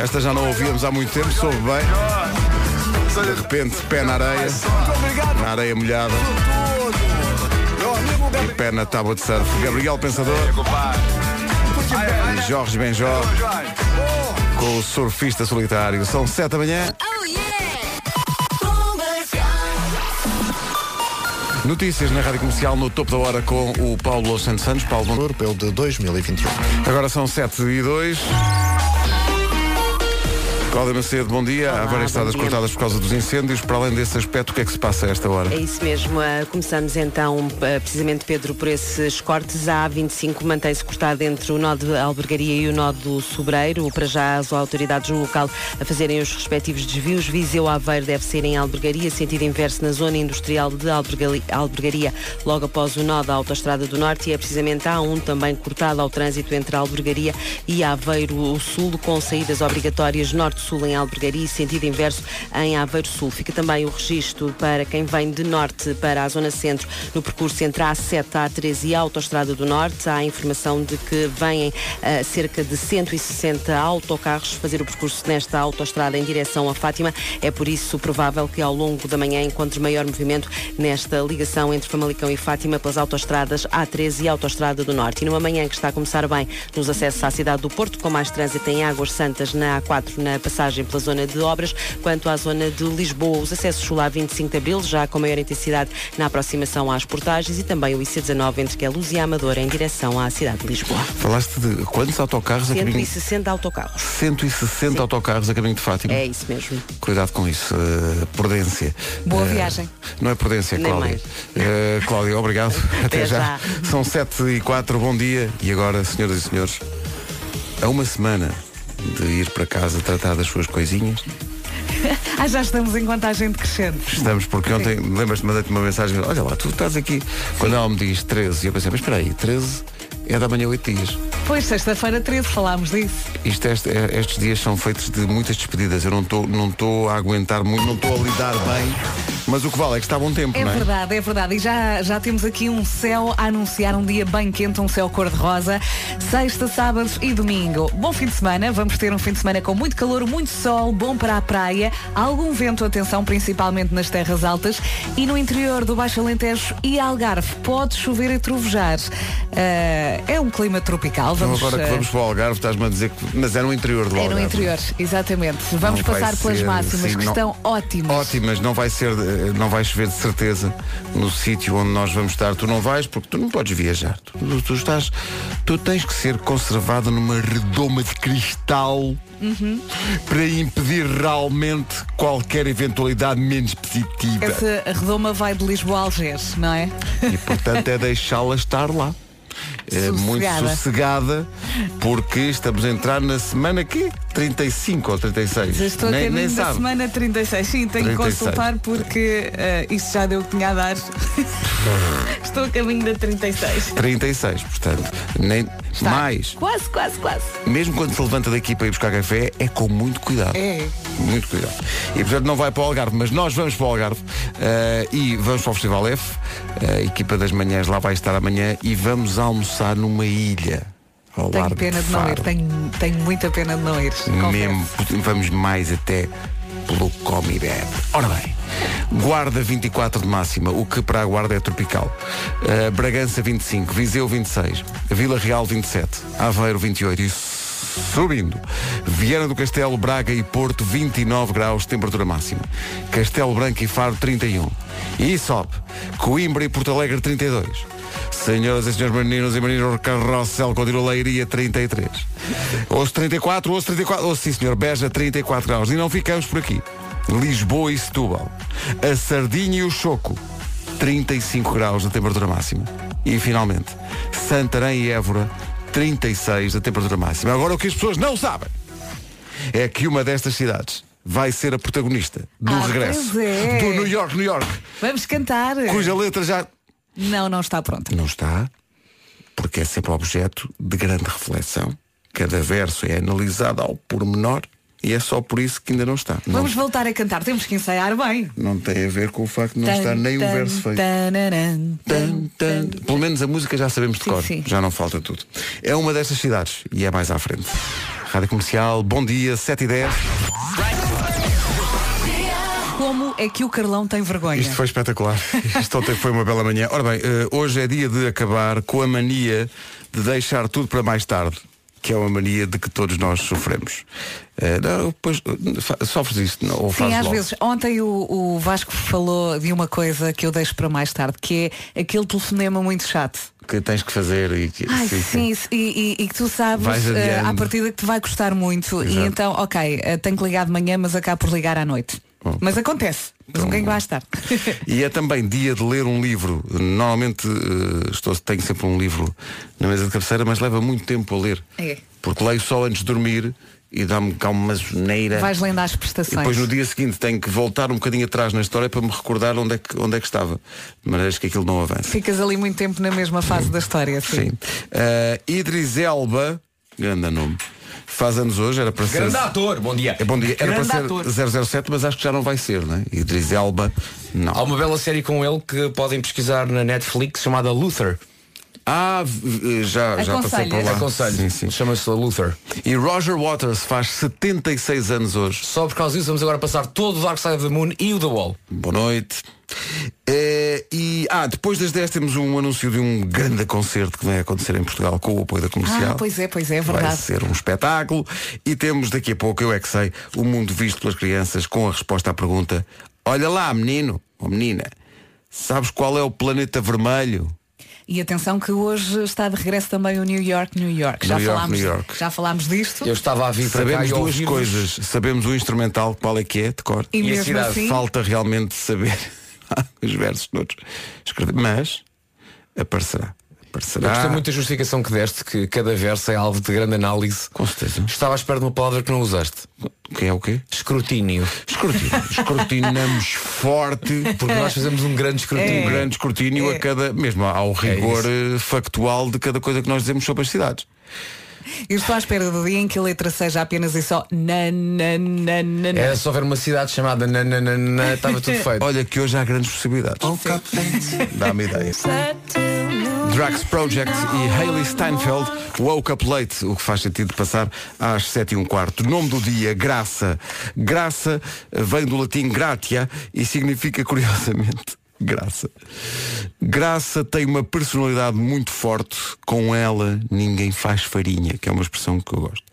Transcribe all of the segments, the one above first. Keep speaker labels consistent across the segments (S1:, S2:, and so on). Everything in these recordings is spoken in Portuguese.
S1: Esta já não ouvíamos há muito tempo, soube bem. De repente, pé na areia, na areia molhada. E pé na tábua de surf. Gabriel Pensador.
S2: né,
S1: E Jorge Benjó. Com o surfista solitário. São 7 da manhã.
S3: Oh,
S1: Notícias na Rádio Comercial no topo da hora com o Paulo Los Santos Santos. Paulo, bom-
S4: Europeu de 2021.
S1: agora são 7 e 2. Cláudia Macedo, bom dia. Há várias
S5: bom
S1: estradas
S5: dia.
S1: cortadas por causa dos incêndios. Para além desse aspecto, o que é que se passa a esta hora?
S5: É isso mesmo. ah, Começamos então, ah, precisamente, Pedro, por esses cortes. A A25 mantém-se cortada entre o nó de Albergaria e o nó do Sobreiro. Para já, as autoridades no local a fazerem os respectivos desvios. Viseu Aveiro deve ser em Albergaria, sentido inverso na zona industrial de Albergali- Albergaria, logo após o nó da Autostrada do Norte. E é precisamente a A1 também cortada ao trânsito entre Albergaria e Aveiro o Sul, com saídas obrigatórias norte-sul em Albergaria e sentido inverso em Aveiro Sul. Fica também o registro para quem vem de norte para a zona centro no percurso entre a A7, a A13 e a Autostrada do Norte. Há informação de que vêm ah, cerca de 160 autocarros fazer o percurso nesta autostrada em direção a Fátima. É por isso provável que ao longo da manhã encontre maior movimento nesta ligação entre Famalicão e Fátima pelas autostradas A13 e Autostrada do Norte. E numa manhã que está a começar bem nos acessos à cidade do Porto, com mais trânsito em Águas Santas na A4, na passagem pela zona de obras, quanto à zona de Lisboa, os acessos sul à 25 de Abril, já com maior intensidade na aproximação às portagens e também o IC19 entre Queluz e a Amadora em direção à cidade de Lisboa.
S1: Falaste de quantos autocarros é a caminho?
S5: 160 autocarros.
S1: 160 autocarros a caminho de Fátima.
S5: É isso mesmo.
S1: Cuidado com isso, eh, prudência.
S6: Boa
S1: Eh,
S6: viagem.
S1: Não é prudência,
S5: Nem
S1: Cláudia.
S5: mais.
S1: Eh, Cláudia, obrigado. Até
S5: Até
S1: já.
S5: já.
S1: São 7 e 4, bom dia. E agora, senhoras e senhores, a uma semana de ir para casa tratar das suas coisinhas.
S6: Ah, já estamos em contagem decrescente.
S1: Estamos, porque ontem, lembras-te, mandei-te uma mensagem, olha lá, tu estás aqui. Quando ela me diz 13, eu pensei, mas espera aí, 13 é da manhã 8 dias.
S6: Pois, sexta-feira 13 falámos disso.
S1: Isto, este- é- estes dias são feitos de muitas despedidas. Eu não estou não estou a aguentar muito, não estou a lidar bem. Mas o que vale é que está a bom tempo,
S6: É
S1: não é?
S6: verdade, é verdade. E já, já temos aqui um céu a anunciar um dia bem quente, um céu cor-de-rosa. Sexta, sábado e domingo. Bom fim de semana. Vamos ter um fim de semana com muito calor, muito sol, bom para a praia. Algum vento, atenção, principalmente nas terras altas. E no interior do Baixo Alentejo e Algarve pode chover e trovejar. Ah, é um clima tropical.
S1: Então
S6: Vamos,
S1: agora que
S6: ah,
S1: vamos para o Algarve, estás-me a dizer que. Mas era no interior do
S6: É
S1: Algarve.
S6: no interior, exatamente. Vamos
S1: Não vai
S6: passar pelas
S1: ser,
S6: máximas,
S1: sim,
S6: que
S1: não.
S6: estão ótimas.
S1: Ótimas, não vai ser, eh, não vai chover de certeza no sítio onde nós vamos estar. Tu não vais porque tu não podes viajar. Tu, tu- tu estás, tu tens que ser conservado numa redoma de cristal
S6: Uhum.
S1: para impedir realmente qualquer eventualidade menos positiva.
S6: Essa redoma vai de Lisboa a Algés, não é?
S1: E portanto é deixá-la estar lá. É muito
S6: Sossegada.
S1: sossegada, porque estamos a entrar na semana que 35 ou 36.
S6: Já Estou a
S1: nem, nem
S6: caminho da
S1: sabe.
S6: semana 36. Sim, tenho
S1: 36.
S6: que consultar porque eh, isso já deu o que tinha a dar. Estou a caminho da 36.
S1: 36, portanto, nem mais.
S6: Tá. Quase, quase, quase.
S1: Mesmo quando se levanta daqui para ir buscar café, é com muito cuidado.
S6: É.
S1: Muito cuidado. E portanto não vai para o Algarve, mas nós vamos para o Algarve eh, e vamos para o Festival F. Eh, A equipa das manhãs lá vai estar amanhã e vamos almoçar numa ilha. Ao largo
S6: Tenho pena de não ir,
S1: Faro.
S6: tenho, tenho muita pena de não ir. confesso.
S1: Mesmo, vamos mais até pelo Come e Bebe. Ora bem, Guarda 24 de máxima, o que para a Guarda é tropical. Uh, Bragança 25, Viseu 26, Vila Real 27, Aveiro 28 e subindo. Viana do Castelo, Braga e Porto 29 graus, temperatura máxima. Castelo Branco e Faro 31. E sobe, Coimbra e Porto Alegre 32. Senhoras e senhores, meninos e meninas, o carrossel continua leiria 33. Ouço 34, ouço 34, ouço sim senhor, Beja 34 graus. E não ficamos por aqui. Lisboa e Setúbal. A Sardinha e o Choco, 35 graus da temperatura máxima. E finalmente, Santarém e Évora, 36 da temperatura máxima. Agora o que as pessoas não sabem é que uma destas cidades vai ser a protagonista do
S6: Ah,
S1: regresso
S6: pois é.
S1: do New York, New York,
S6: Vamos cantar.
S1: cuja letra já
S6: Não, não está pronta.
S1: não está, porque é sempre objeto de grande reflexão. Cada verso é analisado ao pormenor e é só por isso que ainda não está. Não,
S6: Vamos voltar a cantar, temos que ensaiar bem.
S1: não tem a ver com o facto de não estar nem um
S6: Tan,
S1: verso feito.
S6: tanaran,
S1: Tan, tan. Pelo menos a música já sabemos de
S6: Sim,
S1: cor.
S6: sim.
S1: Já não falta tudo. É uma destas cidades e é mais à frente. Rádio Comercial, bom dia, 7 e 10.
S6: Como é que o Carlão tem vergonha?
S1: Isto foi espetacular. Isto ontem foi uma bela manhã. Ora bem, eh, hoje é dia de acabar com a mania de deixar tudo para mais tarde, que é uma mania de que todos nós sofremos. Eh, não, pois, eh, fa- sofres isto, não, ou
S6: Sim,
S1: fazes
S6: às
S1: logo.
S6: vezes. Ontem o, o Vasco falou de uma coisa que eu deixo para mais tarde, que é aquele telefonema muito chato.
S1: Que tens que fazer e que.
S6: Ai, sim, isso, e, e- e que tu sabes
S1: Vais
S6: eh,
S1: adiando.
S6: à partida que te vai custar muito. E
S1: Exato.
S6: então, ok, eh, tenho que ligar de manhã, mas acabo por ligar à noite.
S1: Bom,
S6: mas acontece. Mas
S1: Então,
S6: um bocadinho mais tarde.
S1: E é também dia de ler um livro. Normalmente eh, estou, tenho sempre um livro na mesa de cabeceira, mas leva muito tempo a ler.
S6: É.
S1: Porque leio só antes de dormir e dá-me cá uma geneira.
S6: Vais lendo às
S1: E
S6: prestações.
S1: depois no dia seguinte tenho que voltar um bocadinho atrás na história para me recordar onde é que, onde é que estava. De maneira que aquilo não avança.
S6: Ficas ali muito tempo na mesma fase da história. Sim.
S1: Sim. Eh, Idris Elba, grande nome, faz anos hoje, era para
S4: Grande
S1: ser.
S4: ator, bom dia.
S1: É bom dia. Era
S4: Grande
S1: para
S4: ator.
S1: ser 007, mas acho que já não vai ser, né? Idris Elba, não.
S4: Há uma bela série com ele que podem pesquisar na Netflix chamada Luther.
S1: Ah, v- eh, já, já passei
S6: Aconselho.
S1: por lá.
S4: Aconselho.
S1: Sim, sim.
S4: Chama-se Luther.
S1: E Roger Waters faz 76 anos hoje.
S4: Só por causa disso vamos agora passar todo o Dark Side of the Moon e o The Wall.
S1: Boa noite. Eh, e, ah, depois das 10 temos um anúncio de um grande concerto que vai acontecer em Portugal com o apoio da comercial.
S6: Ah, pois é, pois é, é
S1: Vai
S6: verdade.
S1: ser um espetáculo. E temos daqui a pouco, eu é que sei, o mundo visto pelas crianças com a resposta à pergunta: Olha lá, menino ou menina, sabes qual é o planeta vermelho?
S6: E atenção que hoje está de regresso também o New York, New York. Já,
S1: New York,
S6: falámos,
S1: New York.
S6: já falámos disto.
S4: Eu estava a vir para cá
S1: Sabemos
S4: e a
S1: duas
S4: ouvir-vos.
S1: coisas. Sabemos o instrumental, qual é que é, de cor.
S6: E,
S4: E a
S6: mesmo
S4: cidade
S6: assim,
S1: Falta realmente saber os versos todos. Escrever. Mas aparecerá.
S4: Eu
S1: Aparecerá.
S4: gostei muito da justificação que deste, que cada verso é alvo de grande análise.
S1: Com certeza.
S4: Estava à espera de uma palavra que não usaste.
S1: Que é o quê?
S4: Escrutínio.
S1: Escrutínio. Escrutinamos forte.
S4: Porque nós fazemos um grande escrutínio.
S1: Um grande escrutínio a cada, mesmo ao rigor
S4: isso.
S1: eh, factual de cada coisa que nós dizemos sobre as cidades.
S6: eu estou à espera do dia em que a letra seja apenas e só na, na, na, na, na.
S1: É.
S4: Era só ver É, uma cidade chamada Nananana, estava tudo feito.
S1: Olha que hoje há grandes possibilidades. Dá-me ideia. Drax Project e Hayley Steinfeld Woke Up Late, o que faz sentido passar às 7 e um quarto. Nome do dia, Graça. Graça eh, vem do latim gratia e significa, curiosamente, graça. Graça tem uma personalidade muito forte, com ela ninguém faz farinha, que é uma expressão que eu gosto.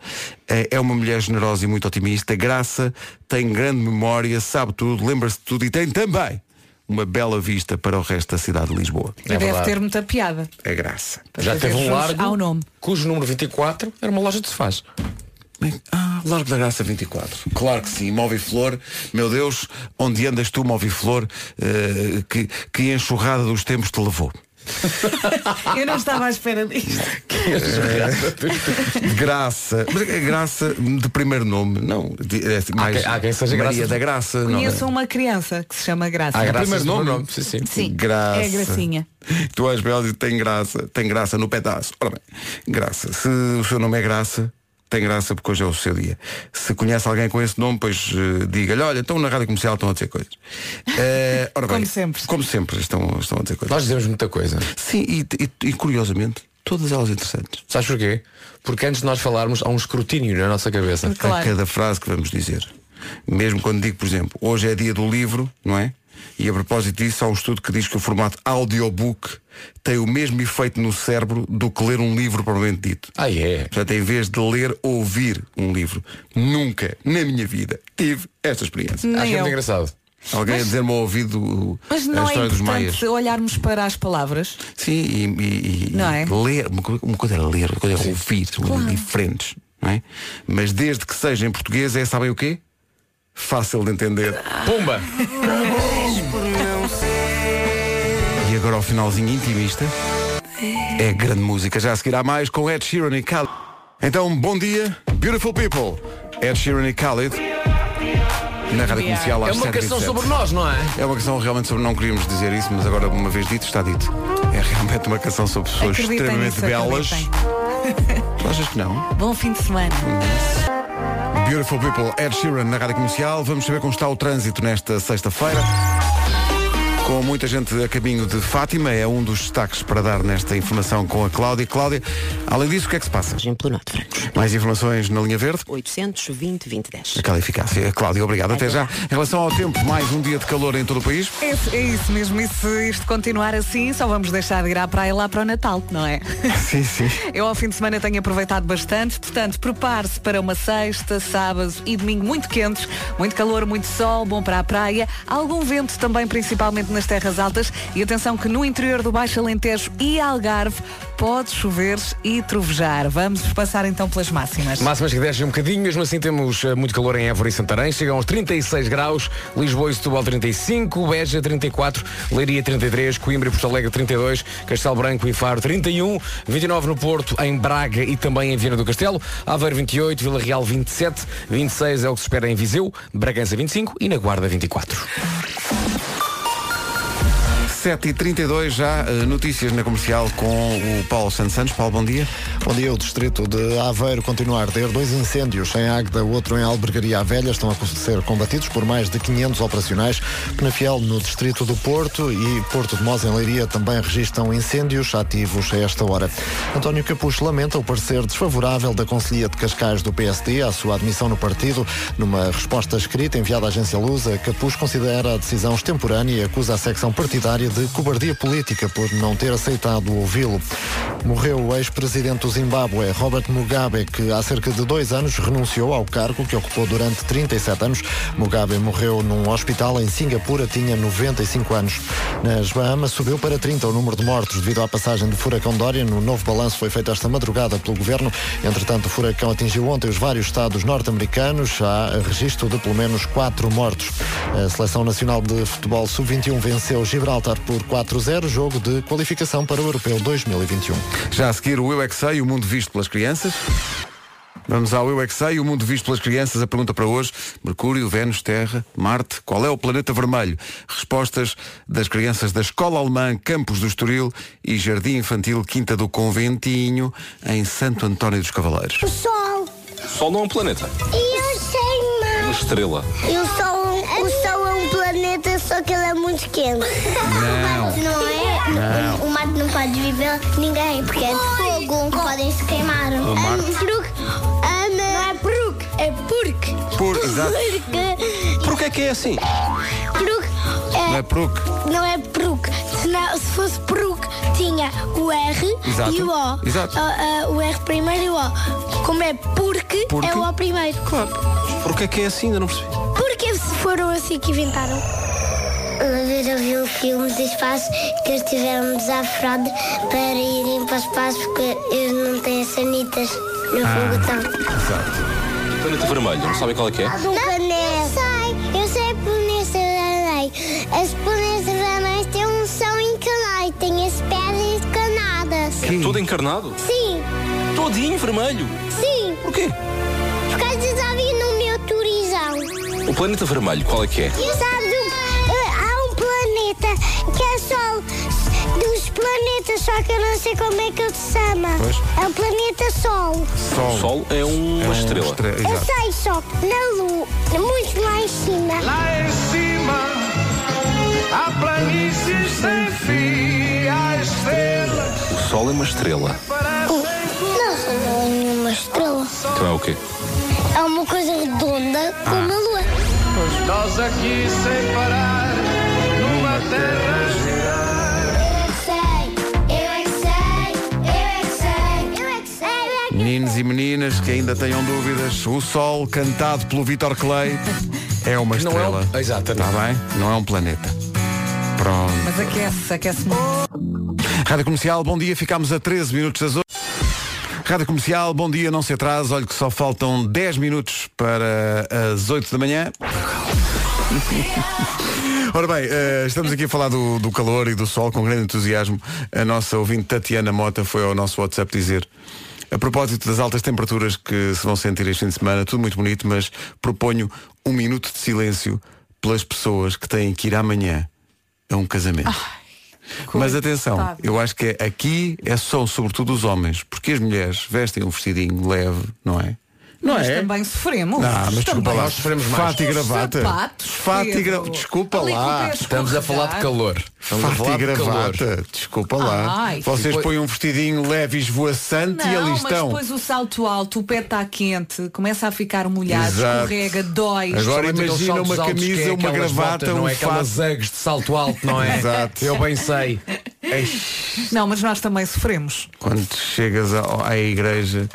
S1: É é uma mulher generosa e muito otimista. Graça tem grande memória, sabe tudo, lembra-se de tudo e tem também uma bela vista para o resto da cidade de Lisboa.
S6: E deve
S4: verdade.
S6: ter muita piada.
S1: É graça.
S6: para
S4: Já
S6: fazer
S4: teve um
S6: jus
S4: largo
S6: Ao nome.
S4: cujo número 24 era uma loja de sofás.
S1: Ah, Largo da Graça 24. Claro que sim, Móvel e Flor, meu Deus, onde andas tu, Móvel e Flor, eh, que, que enxurrada dos tempos te levou.
S6: Eu não estava à espera disto.
S1: Graça, mas é graça de primeiro nome, não, de- é mais
S4: quem- há quem seja
S1: Maria
S4: Graça.
S1: da Graça, não. é? Ah,
S6: Conheço uma criança que se chama Graça.
S4: Há graças
S1: primeiro
S4: de
S1: nome?
S4: pronome, Sim, sim.
S6: Sim,
S1: Graça.
S6: é gracinha.
S1: Tu és bela e tem graça, tem graça no pedaço. Ora bem, graça. Se o seu nome é graça, tem graça porque hoje é o seu dia. Se conhece alguém com esse nome, pois eh, diga-lhe, olha, estão na rádio comercial, estão a dizer coisas. Eh, ora bem,
S6: Como sempre.
S1: Como sempre estão, estão a dizer coisas.
S4: Nós dizemos muita coisa.
S1: Sim, e, e- e curiosamente, todas elas interessantes.
S4: Sabes porquê? Porque antes de nós falarmos há um escrutínio na nossa cabeça.
S1: A
S6: Claro.
S1: cada frase É que vamos dizer. Mesmo quando digo, por exemplo, hoje é dia do livro, não é? E a propósito disso, há um estudo que diz que o formato audiobook tem o mesmo efeito no cérebro do que ler um livro propriamente dito.
S4: Ah, é.
S1: Portanto, em vez de ler, ouvir um livro. Nunca, na minha vida, tive esta experiência.
S4: Acho é
S6: Nem eu.
S4: muito engraçado.
S1: Alguém a dizer-me ao ouvido o-
S6: Mas
S1: a
S6: não é
S1: história dos maias.
S6: importante olharmos para as palavras.
S1: Sim, e, e- e-
S6: Não é?
S1: ler, uma co- uma coisa é ler, outra coisa é ouvir, são diferentes, não é? Mas desde que seja em português é, sabem o quê? Fácil de entender.
S4: Pumba!
S1: E agora ao finalzinho intimista. É grande música, já a seguir há mais com Ed Sheeran e Khalid. Então, bom dia, beautiful people. Ed Sheeran e Khalid. Na rádio comercial às
S4: É uma
S1: 7h27.
S4: questão sobre nós, não é?
S1: É uma canção realmente sobre. Não queríamos dizer isso, mas agora, uma vez dito, está dito. É realmente uma canção sobre pessoas
S6: Acreditem
S1: extremamente
S6: nisso,
S1: belas.
S6: acreditem.
S1: Tu achas que não?
S6: Bom fim de semana.
S1: Beautiful People, Ed Sheeran na Rádio Comercial. Vamos saber como está o trânsito nesta sexta-feira. com muita gente a caminho de Fátima. É um dos destaques para dar nesta informação com a Cláudia. Cláudia, além disso, o que é que se passa?
S5: Exemplo pelo Norte de Francos.
S1: Mais informações na linha verde?
S5: 820 2010.
S1: Aquela eficácia. Cláudia, obrigado. Até já. Em relação ao tempo, mais um dia de calor em todo o país.
S6: Esse- é isso mesmo, e se isto continuar assim, só vamos deixar de ir à praia lá para o Natal, não é?
S1: Sim, sim.
S6: Eu ao fim de semana tenho aproveitado bastante, portanto, prepare-se para uma sexta, sábado e domingo muito quentes, muito calor, muito sol, bom para a praia, algum vento também, principalmente nas terras altas, e atenção que no interior do Baixo Alentejo e Algarve pode chover e trovejar. Vamos passar então pelas máximas.
S4: Máximas que descem um bocadinho, mesmo assim temos eh, muito calor em Évora e Santarém, chegam aos 36 graus, Lisboa e Setúbal 35, Beja 34, Leiria 33, Coimbra e Porto Alegre 32, Castelo Branco e um, Faro 31, 29 no Porto, em Braga e também em Viana do Castelo, Aveiro 28, Vila Real 27, 26 é o que se espera em Viseu, Bragança 25 e na Guarda 24.
S1: 7h32 já, eh, notícias na comercial com o Paulo Santos Santos. Paulo, bom dia.
S7: Bom dia, o distrito de Aveiro continua a arder. Dois incêndios em Águeda, outro em Albergaria à Velha, estão a ser combatidos por mais de 500 operacionais. Penafiel, no distrito do Porto, e Porto de Mós, em Leiria, também registram incêndios ativos a esta hora. António Capucho lamenta o parecer desfavorável da Conselhia de Cascais do PSD à sua admissão no partido. Numa resposta escrita enviada à agência Lusa, Capucho considera a decisão extemporânea e acusa a secção partidária de cobardia política por não ter aceitado ouvi-lo. Morreu o ex-presidente do Zimbábue, Robert Mugabe, que há cerca de dois anos renunciou ao cargo que ocupou durante 37 anos. Mugabe morreu num hospital em Singapura, tinha 95 anos. Nas Bahamas subiu para 30 o número de mortos devido à passagem do furacão Dorian. O novo balanço foi feito esta madrugada pelo governo. Entretanto, o furacão atingiu ontem os vários estados norte-americanos. Há registro de pelo menos quatro mortos. A Seleção Nacional de Futebol Sub-21 venceu Gibraltar por 4-0, jogo de qualificação para o Europeu 2021.
S1: Já a seguir o Eu é Que Sei, o mundo visto pelas crianças. Vamos ao Eu é Que Sei, o mundo visto pelas crianças. A pergunta para hoje, Mercúrio, Vênus, Terra, Marte, qual é o planeta vermelho? Respostas das crianças da Escola Alemã Campos do Estoril e Jardim Infantil Quinta do Conventinho, em Santo António dos Cavaleiros.
S3: Sol.
S8: Sol não é um planeta,
S3: E eu sei
S8: é uma
S3: mais.
S8: estrela.
S3: E o Sol, o Sol é um planeta, só que ele é muito quente.
S1: Não.
S3: O mato não é? O, o mato não pode viver ninguém, porque é de fogo. Podem se queimar. O mato. Não é porque, é porque.
S1: Por- exato.
S3: Porque.
S8: Por que é que é assim?
S3: Porque.
S1: Não
S3: É,
S1: é Proc?
S3: não é porque. Senão, se fosse porque, tinha o R
S1: Exato.
S3: e o O.
S1: Exato.
S3: Ah, ah, o R primeiro e o O. Como é porque,
S1: Porque.
S3: é o O primeiro.
S8: Por que é que é assim? Ainda não percebi.
S3: Porque foram assim que inventaram? Uma vez eu vi um filme de espaço que eles tiveram à fraude para irem para o espaço porque eles não têm sanitas no
S8: Ah.
S3: fogo
S8: Planeta vermelho, não sabem qual é que é?
S3: Não, eu sei, eu sei planetas vermelhos. As planetas vermelhas têm um som encanado, têm as pedras encanadas.
S8: É todo encarnado?
S3: Sim,
S8: Todinho vermelho.
S3: sim,
S8: Porquê?
S3: por causa de ouvir no meu turizão.
S8: O planeta vermelho, qual é que é?
S3: Sabe, eh, há um planeta que é Sol dos planetas, só que eu não sei como é que ele se chama.
S1: Pois.
S3: É o planeta Sol.
S1: Sol.
S8: O Sol é uma
S1: É um
S8: estrela.
S1: estre-
S3: Eu
S1: exato.
S3: sei só, na Lua, muito lá em cima.
S2: Lá em cima, a planície sem fim, as estrelas
S8: O Sol é uma estrela.
S3: Não, não é nenhuma estrela.
S8: Então é o quê?
S3: É uma coisa redonda como a
S4: Ah.
S3: Lua.
S2: nós aqui sem parar, numa terra
S3: Eu é sei, eu é que sei, eu é que sei, eu é que sei.
S1: Meninos e meninas que ainda tenham dúvidas, o Sol, cantado pelo Vitor Clay, é uma
S4: Não é um-
S1: estrela.
S4: Exatamente.
S1: Está bem? Não é um planeta. Pronto.
S6: Mas aquece, aquece muito.
S1: Rádio Comercial, bom dia. Ficámos a 13 minutos das 8. Rádio Comercial, bom dia, não se atrase. Olha que só faltam 10 minutos para as 8 da manhã. Ora bem, eh, estamos aqui a falar do, do calor e do sol com grande entusiasmo. A nossa ouvinte Tatiana Mota foi ao nosso WhatsApp dizer a propósito das altas temperaturas que se vão sentir este fim de semana, tudo muito bonito, mas proponho um minuto de silêncio pelas pessoas que têm que ir amanhã a um casamento. Mas atenção, eu acho que aqui é, são sobretudo os homens, porque as mulheres vestem um vestidinho leve, não é? Não
S6: mas
S1: é?
S6: também sofremos.
S1: Ah, mas desculpa
S6: Também.
S1: lá,
S4: Nós sofremos mais.
S1: fato e
S6: Os
S1: gravata.
S6: sapatos,
S1: fato e
S6: Pedro.
S1: gravata. Desculpa
S6: Ali com tá? o pé
S1: lá.
S6: escorregado.
S4: Estamos a falar de calor. Estamos a
S1: Fato
S4: falar
S1: e
S4: de calor.
S1: gravata. Desculpa lá.
S6: Ai.
S1: Vocês
S4: Depois-
S1: põem um vestidinho leve e esvoaçante e ali
S6: Não, mas
S1: estão.
S6: depois o salto alto, o pé está quente, começa a ficar molhado,
S1: Exato. É.
S6: escorrega, dói.
S1: Agora
S4: Somente aqueles
S1: imagina
S4: saltos
S1: uma
S4: altos que
S1: camisa,
S4: é
S1: uma
S4: aquelas
S1: gravata,
S4: botas,
S1: um
S4: não é? Aquelas
S1: fato.
S4: zags de salto alto, não é?
S1: Exato.
S4: Eu bem sei.
S6: Não, mas nós também sofremos.
S1: Quando chegas ao- à igreja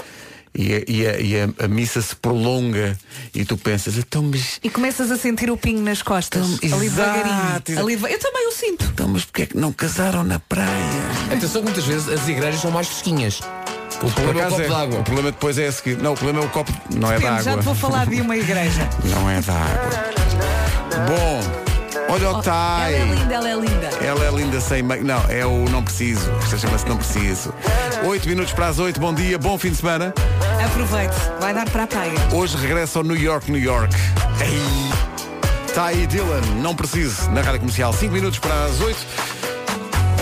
S1: e, a, e a- e a- a missa se prolonga e tu pensas, então, mas,
S6: E começas a sentir o pingo nas costas.
S1: Então,
S6: ali
S1: exato,
S6: devagarinho.
S1: exato.
S6: Ali deva- Eu também o sinto.
S1: então, mas porque é que não casaram na praia?
S4: Atenção que muitas vezes as igrejas são mais fresquinhas. O problema é o
S1: acaso
S4: copo
S1: é.
S4: d'água.
S1: O problema depois é a seguir. Não, o problema é o copo. Não é da
S6: Depende, já
S1: água.
S6: te vou falar de uma igreja.
S1: Não é da água. Bom, olha o
S6: Ela
S1: Tai.
S6: é linda, ela é linda.
S1: Ela é linda sem ma- Não, é o não preciso. Esta chama-se não preciso. 8 minutos para as 8, bom dia, bom fim de semana.
S6: Aproveite, vai dar para a praia.
S1: Hoje regressa ao New York, New York. Ei. Ty Dylan, não preciso, na rádio comercial. 5 minutos para as 8.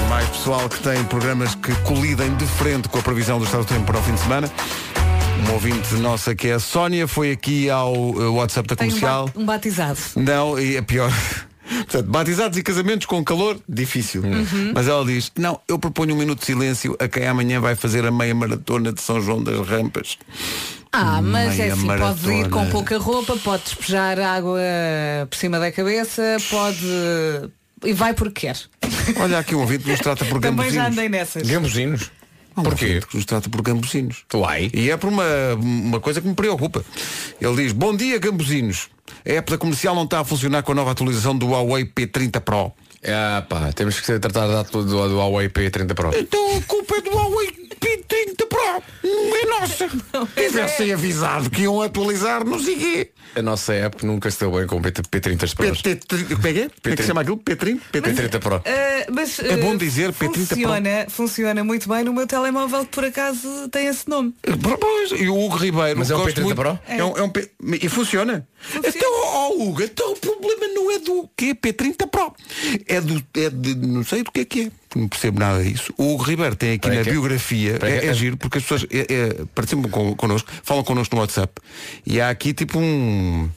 S1: Mais pessoal que tem programas que colidem de frente com a previsão do estado do tempo para o fim de semana. Uma ouvinte nossa que é a Sónia foi aqui ao eh, WhatsApp da
S6: Tem um,
S1: comercial.
S6: ba- um batizado.
S1: Não, e é pior. Portanto, batizados e casamentos com calor, difícil.
S6: Uhum.
S1: Uhum. Mas ela diz, não, eu proponho um minuto de silêncio a quem amanhã vai fazer a meia maratona de São João das Rampas.
S6: Ah, mas
S1: Meia
S6: é assim, pode
S1: maratona.
S6: ir com pouca roupa, pode despejar água por cima da cabeça, pode. E vai porque quer.
S1: Olha aqui um ouvinte que nos trata por
S6: Também já
S1: gambuzinos.
S6: andei nessas.
S4: Gambuzinos.
S1: Um
S4: Porquê?
S1: ouvinte que nos trata por gambuzinos.
S4: Uai.
S1: E é por uma, uma coisa que me preocupa. Ele diz, bom dia gambuzinos. A app da comercial não está a funcionar com a nova atualização do Huawei P30 Pro.
S4: Ah pá, temos que tratar da do, do Huawei P30 Pro.
S1: Então a culpa é do Huawei P30 Pro. Não é nossa. Tivessem avisado que iam atualizar, não sei quê.
S4: A nossa app nunca se deu bem com o PT P30 Pro.
S1: PT30. Como é que é? Como é que se chama aquilo? P30?
S4: P30 Pro.
S6: Ah, mas,
S1: É bom
S6: ah,
S1: dizer P30 Pro.
S6: funciona, funciona muito bem no meu telemóvel que por acaso tem esse nome.
S1: Pois, E o Hugo Ribeiro.
S4: Mas é um
S1: gosto
S4: P30
S1: muito-
S4: Pro?
S1: É um, é um P... E funciona.
S6: Funciona.
S1: Então, ó Hugo, então o problema não é do quê? P30 Pro. É do. É de, não sei do que é que é. Não percebo nada disso. O Hugo Ribeiro tem aqui
S4: Para
S1: na
S4: que-
S1: biografia.
S4: para
S1: É,
S4: que-
S1: é giro, porque as pessoas é, é, participam con- connosco, falam connosco no WhatsApp. E há aqui tipo um.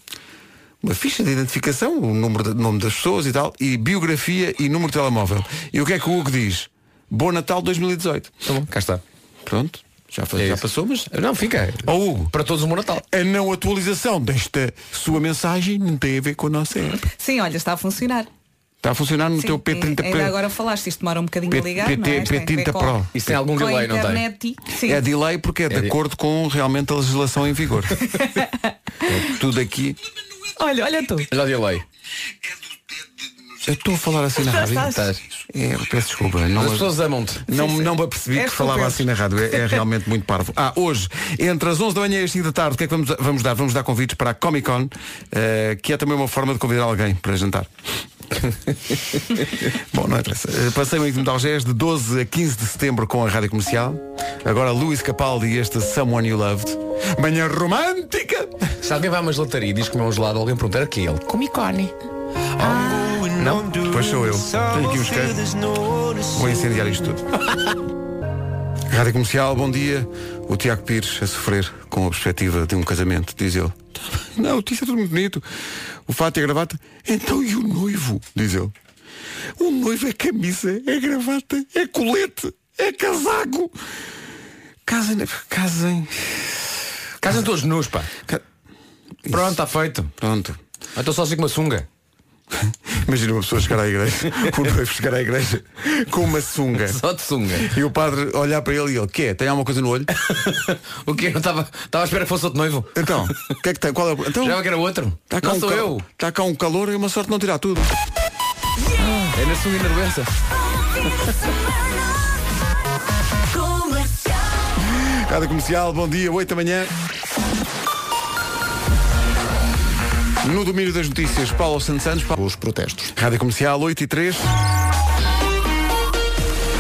S1: Uma ficha de identificação, o número de- nome das pessoas e tal, e biografia e número de telemóvel. E o que é que o Hugo diz? Bom Natal 2018.
S4: Tá bom, cá está.
S1: Pronto, já, faz,
S4: É
S1: já
S4: isso.
S1: passou, mas
S4: Não, fica.
S1: Ó, Hugo.
S4: Para todos um bom Natal.
S1: a não atualização desta sua mensagem não tem a ver com a nossa app.
S6: Sim, olha, está a funcionar.
S1: Está a funcionar no
S6: Sim, é,
S1: teu P30
S6: ainda agora falaste, isto demora um bocadinho
S1: P-
S6: a ligar,
S1: PT,
S6: não é? Isto tem que ver
S1: P30
S6: com-
S1: Pro.
S4: Isso tem algum
S6: com a
S4: delay, não tem?
S6: internet e- Sim.
S1: É delay porque é, de
S4: di-
S1: acordo com realmente a legislação em vigor. É Tudo aqui.
S6: Olha, olha tu.
S4: Já delay.
S1: Eu estou a falar assim na rádio.
S4: Estás.
S1: É, peço desculpa.
S4: As
S1: Não,
S4: pessoas amam-te.
S1: não, não me apercebi
S6: És
S1: que falava
S6: culpado.
S1: assim na rádio. É, é realmente muito parvo. Ah, hoje, entre as 11 da manhã e as 5 da tarde, o que é que vamos, vamos dar? Vamos dar convites para a Comic Con, eh, que é também uma forma de convidar alguém para jantar. Bom, não interessa. Eh, Passei o de Algés de 12 a 15 de setembro com a Rádio Comercial. Agora Luís Capaldi e este Someone You Loved. Manhã romântica!
S4: Se alguém vai a uma gelataria e diz que comeu um gelado, alguém pergunta era que ele. Comicone.
S1: Não? Pois sou eu. Tenho aqui uns cantos. Vou incendiar isto tudo. Rádio Comercial, bom dia. O Tiago Pires a sofrer com a perspectiva de um casamento, diz ele. Não, isso é tudo muito bonito. O fato e a gravata. Então e o noivo? Diz ele. O noivo é camisa, é gravata, é colete, é casaco. Casem, casem.
S4: Casem todos nus, pá.
S1: Ca-
S4: Pronto, está feito.
S1: Pronto.
S4: Eu estou sozinho Então assim com uma sunga.
S1: Imagina uma pessoa chegar à igreja, com o noivo chegar à igreja com uma sunga.
S4: Só de sunga.
S1: E o padre olhar para ele e ele, que é? Tem alguma coisa no olho?
S4: O quê? Não estava estava à espera que fosse outro noivo.
S1: Então, o que é que tem? Qual é o... Então,
S4: Já que era outro.
S1: tá cá
S4: Não
S1: um
S4: sou
S1: cal-
S4: eu.
S1: Está cá um calor e uma sorte não tirar tudo.
S4: É na sunga e na doença.
S1: Rádio Comercial, bom dia, 8 da manhã. No domínio das notícias, Paulo Santos Santos. Paulo-
S7: Os protestos.
S1: Rádio Comercial, 8 e 3.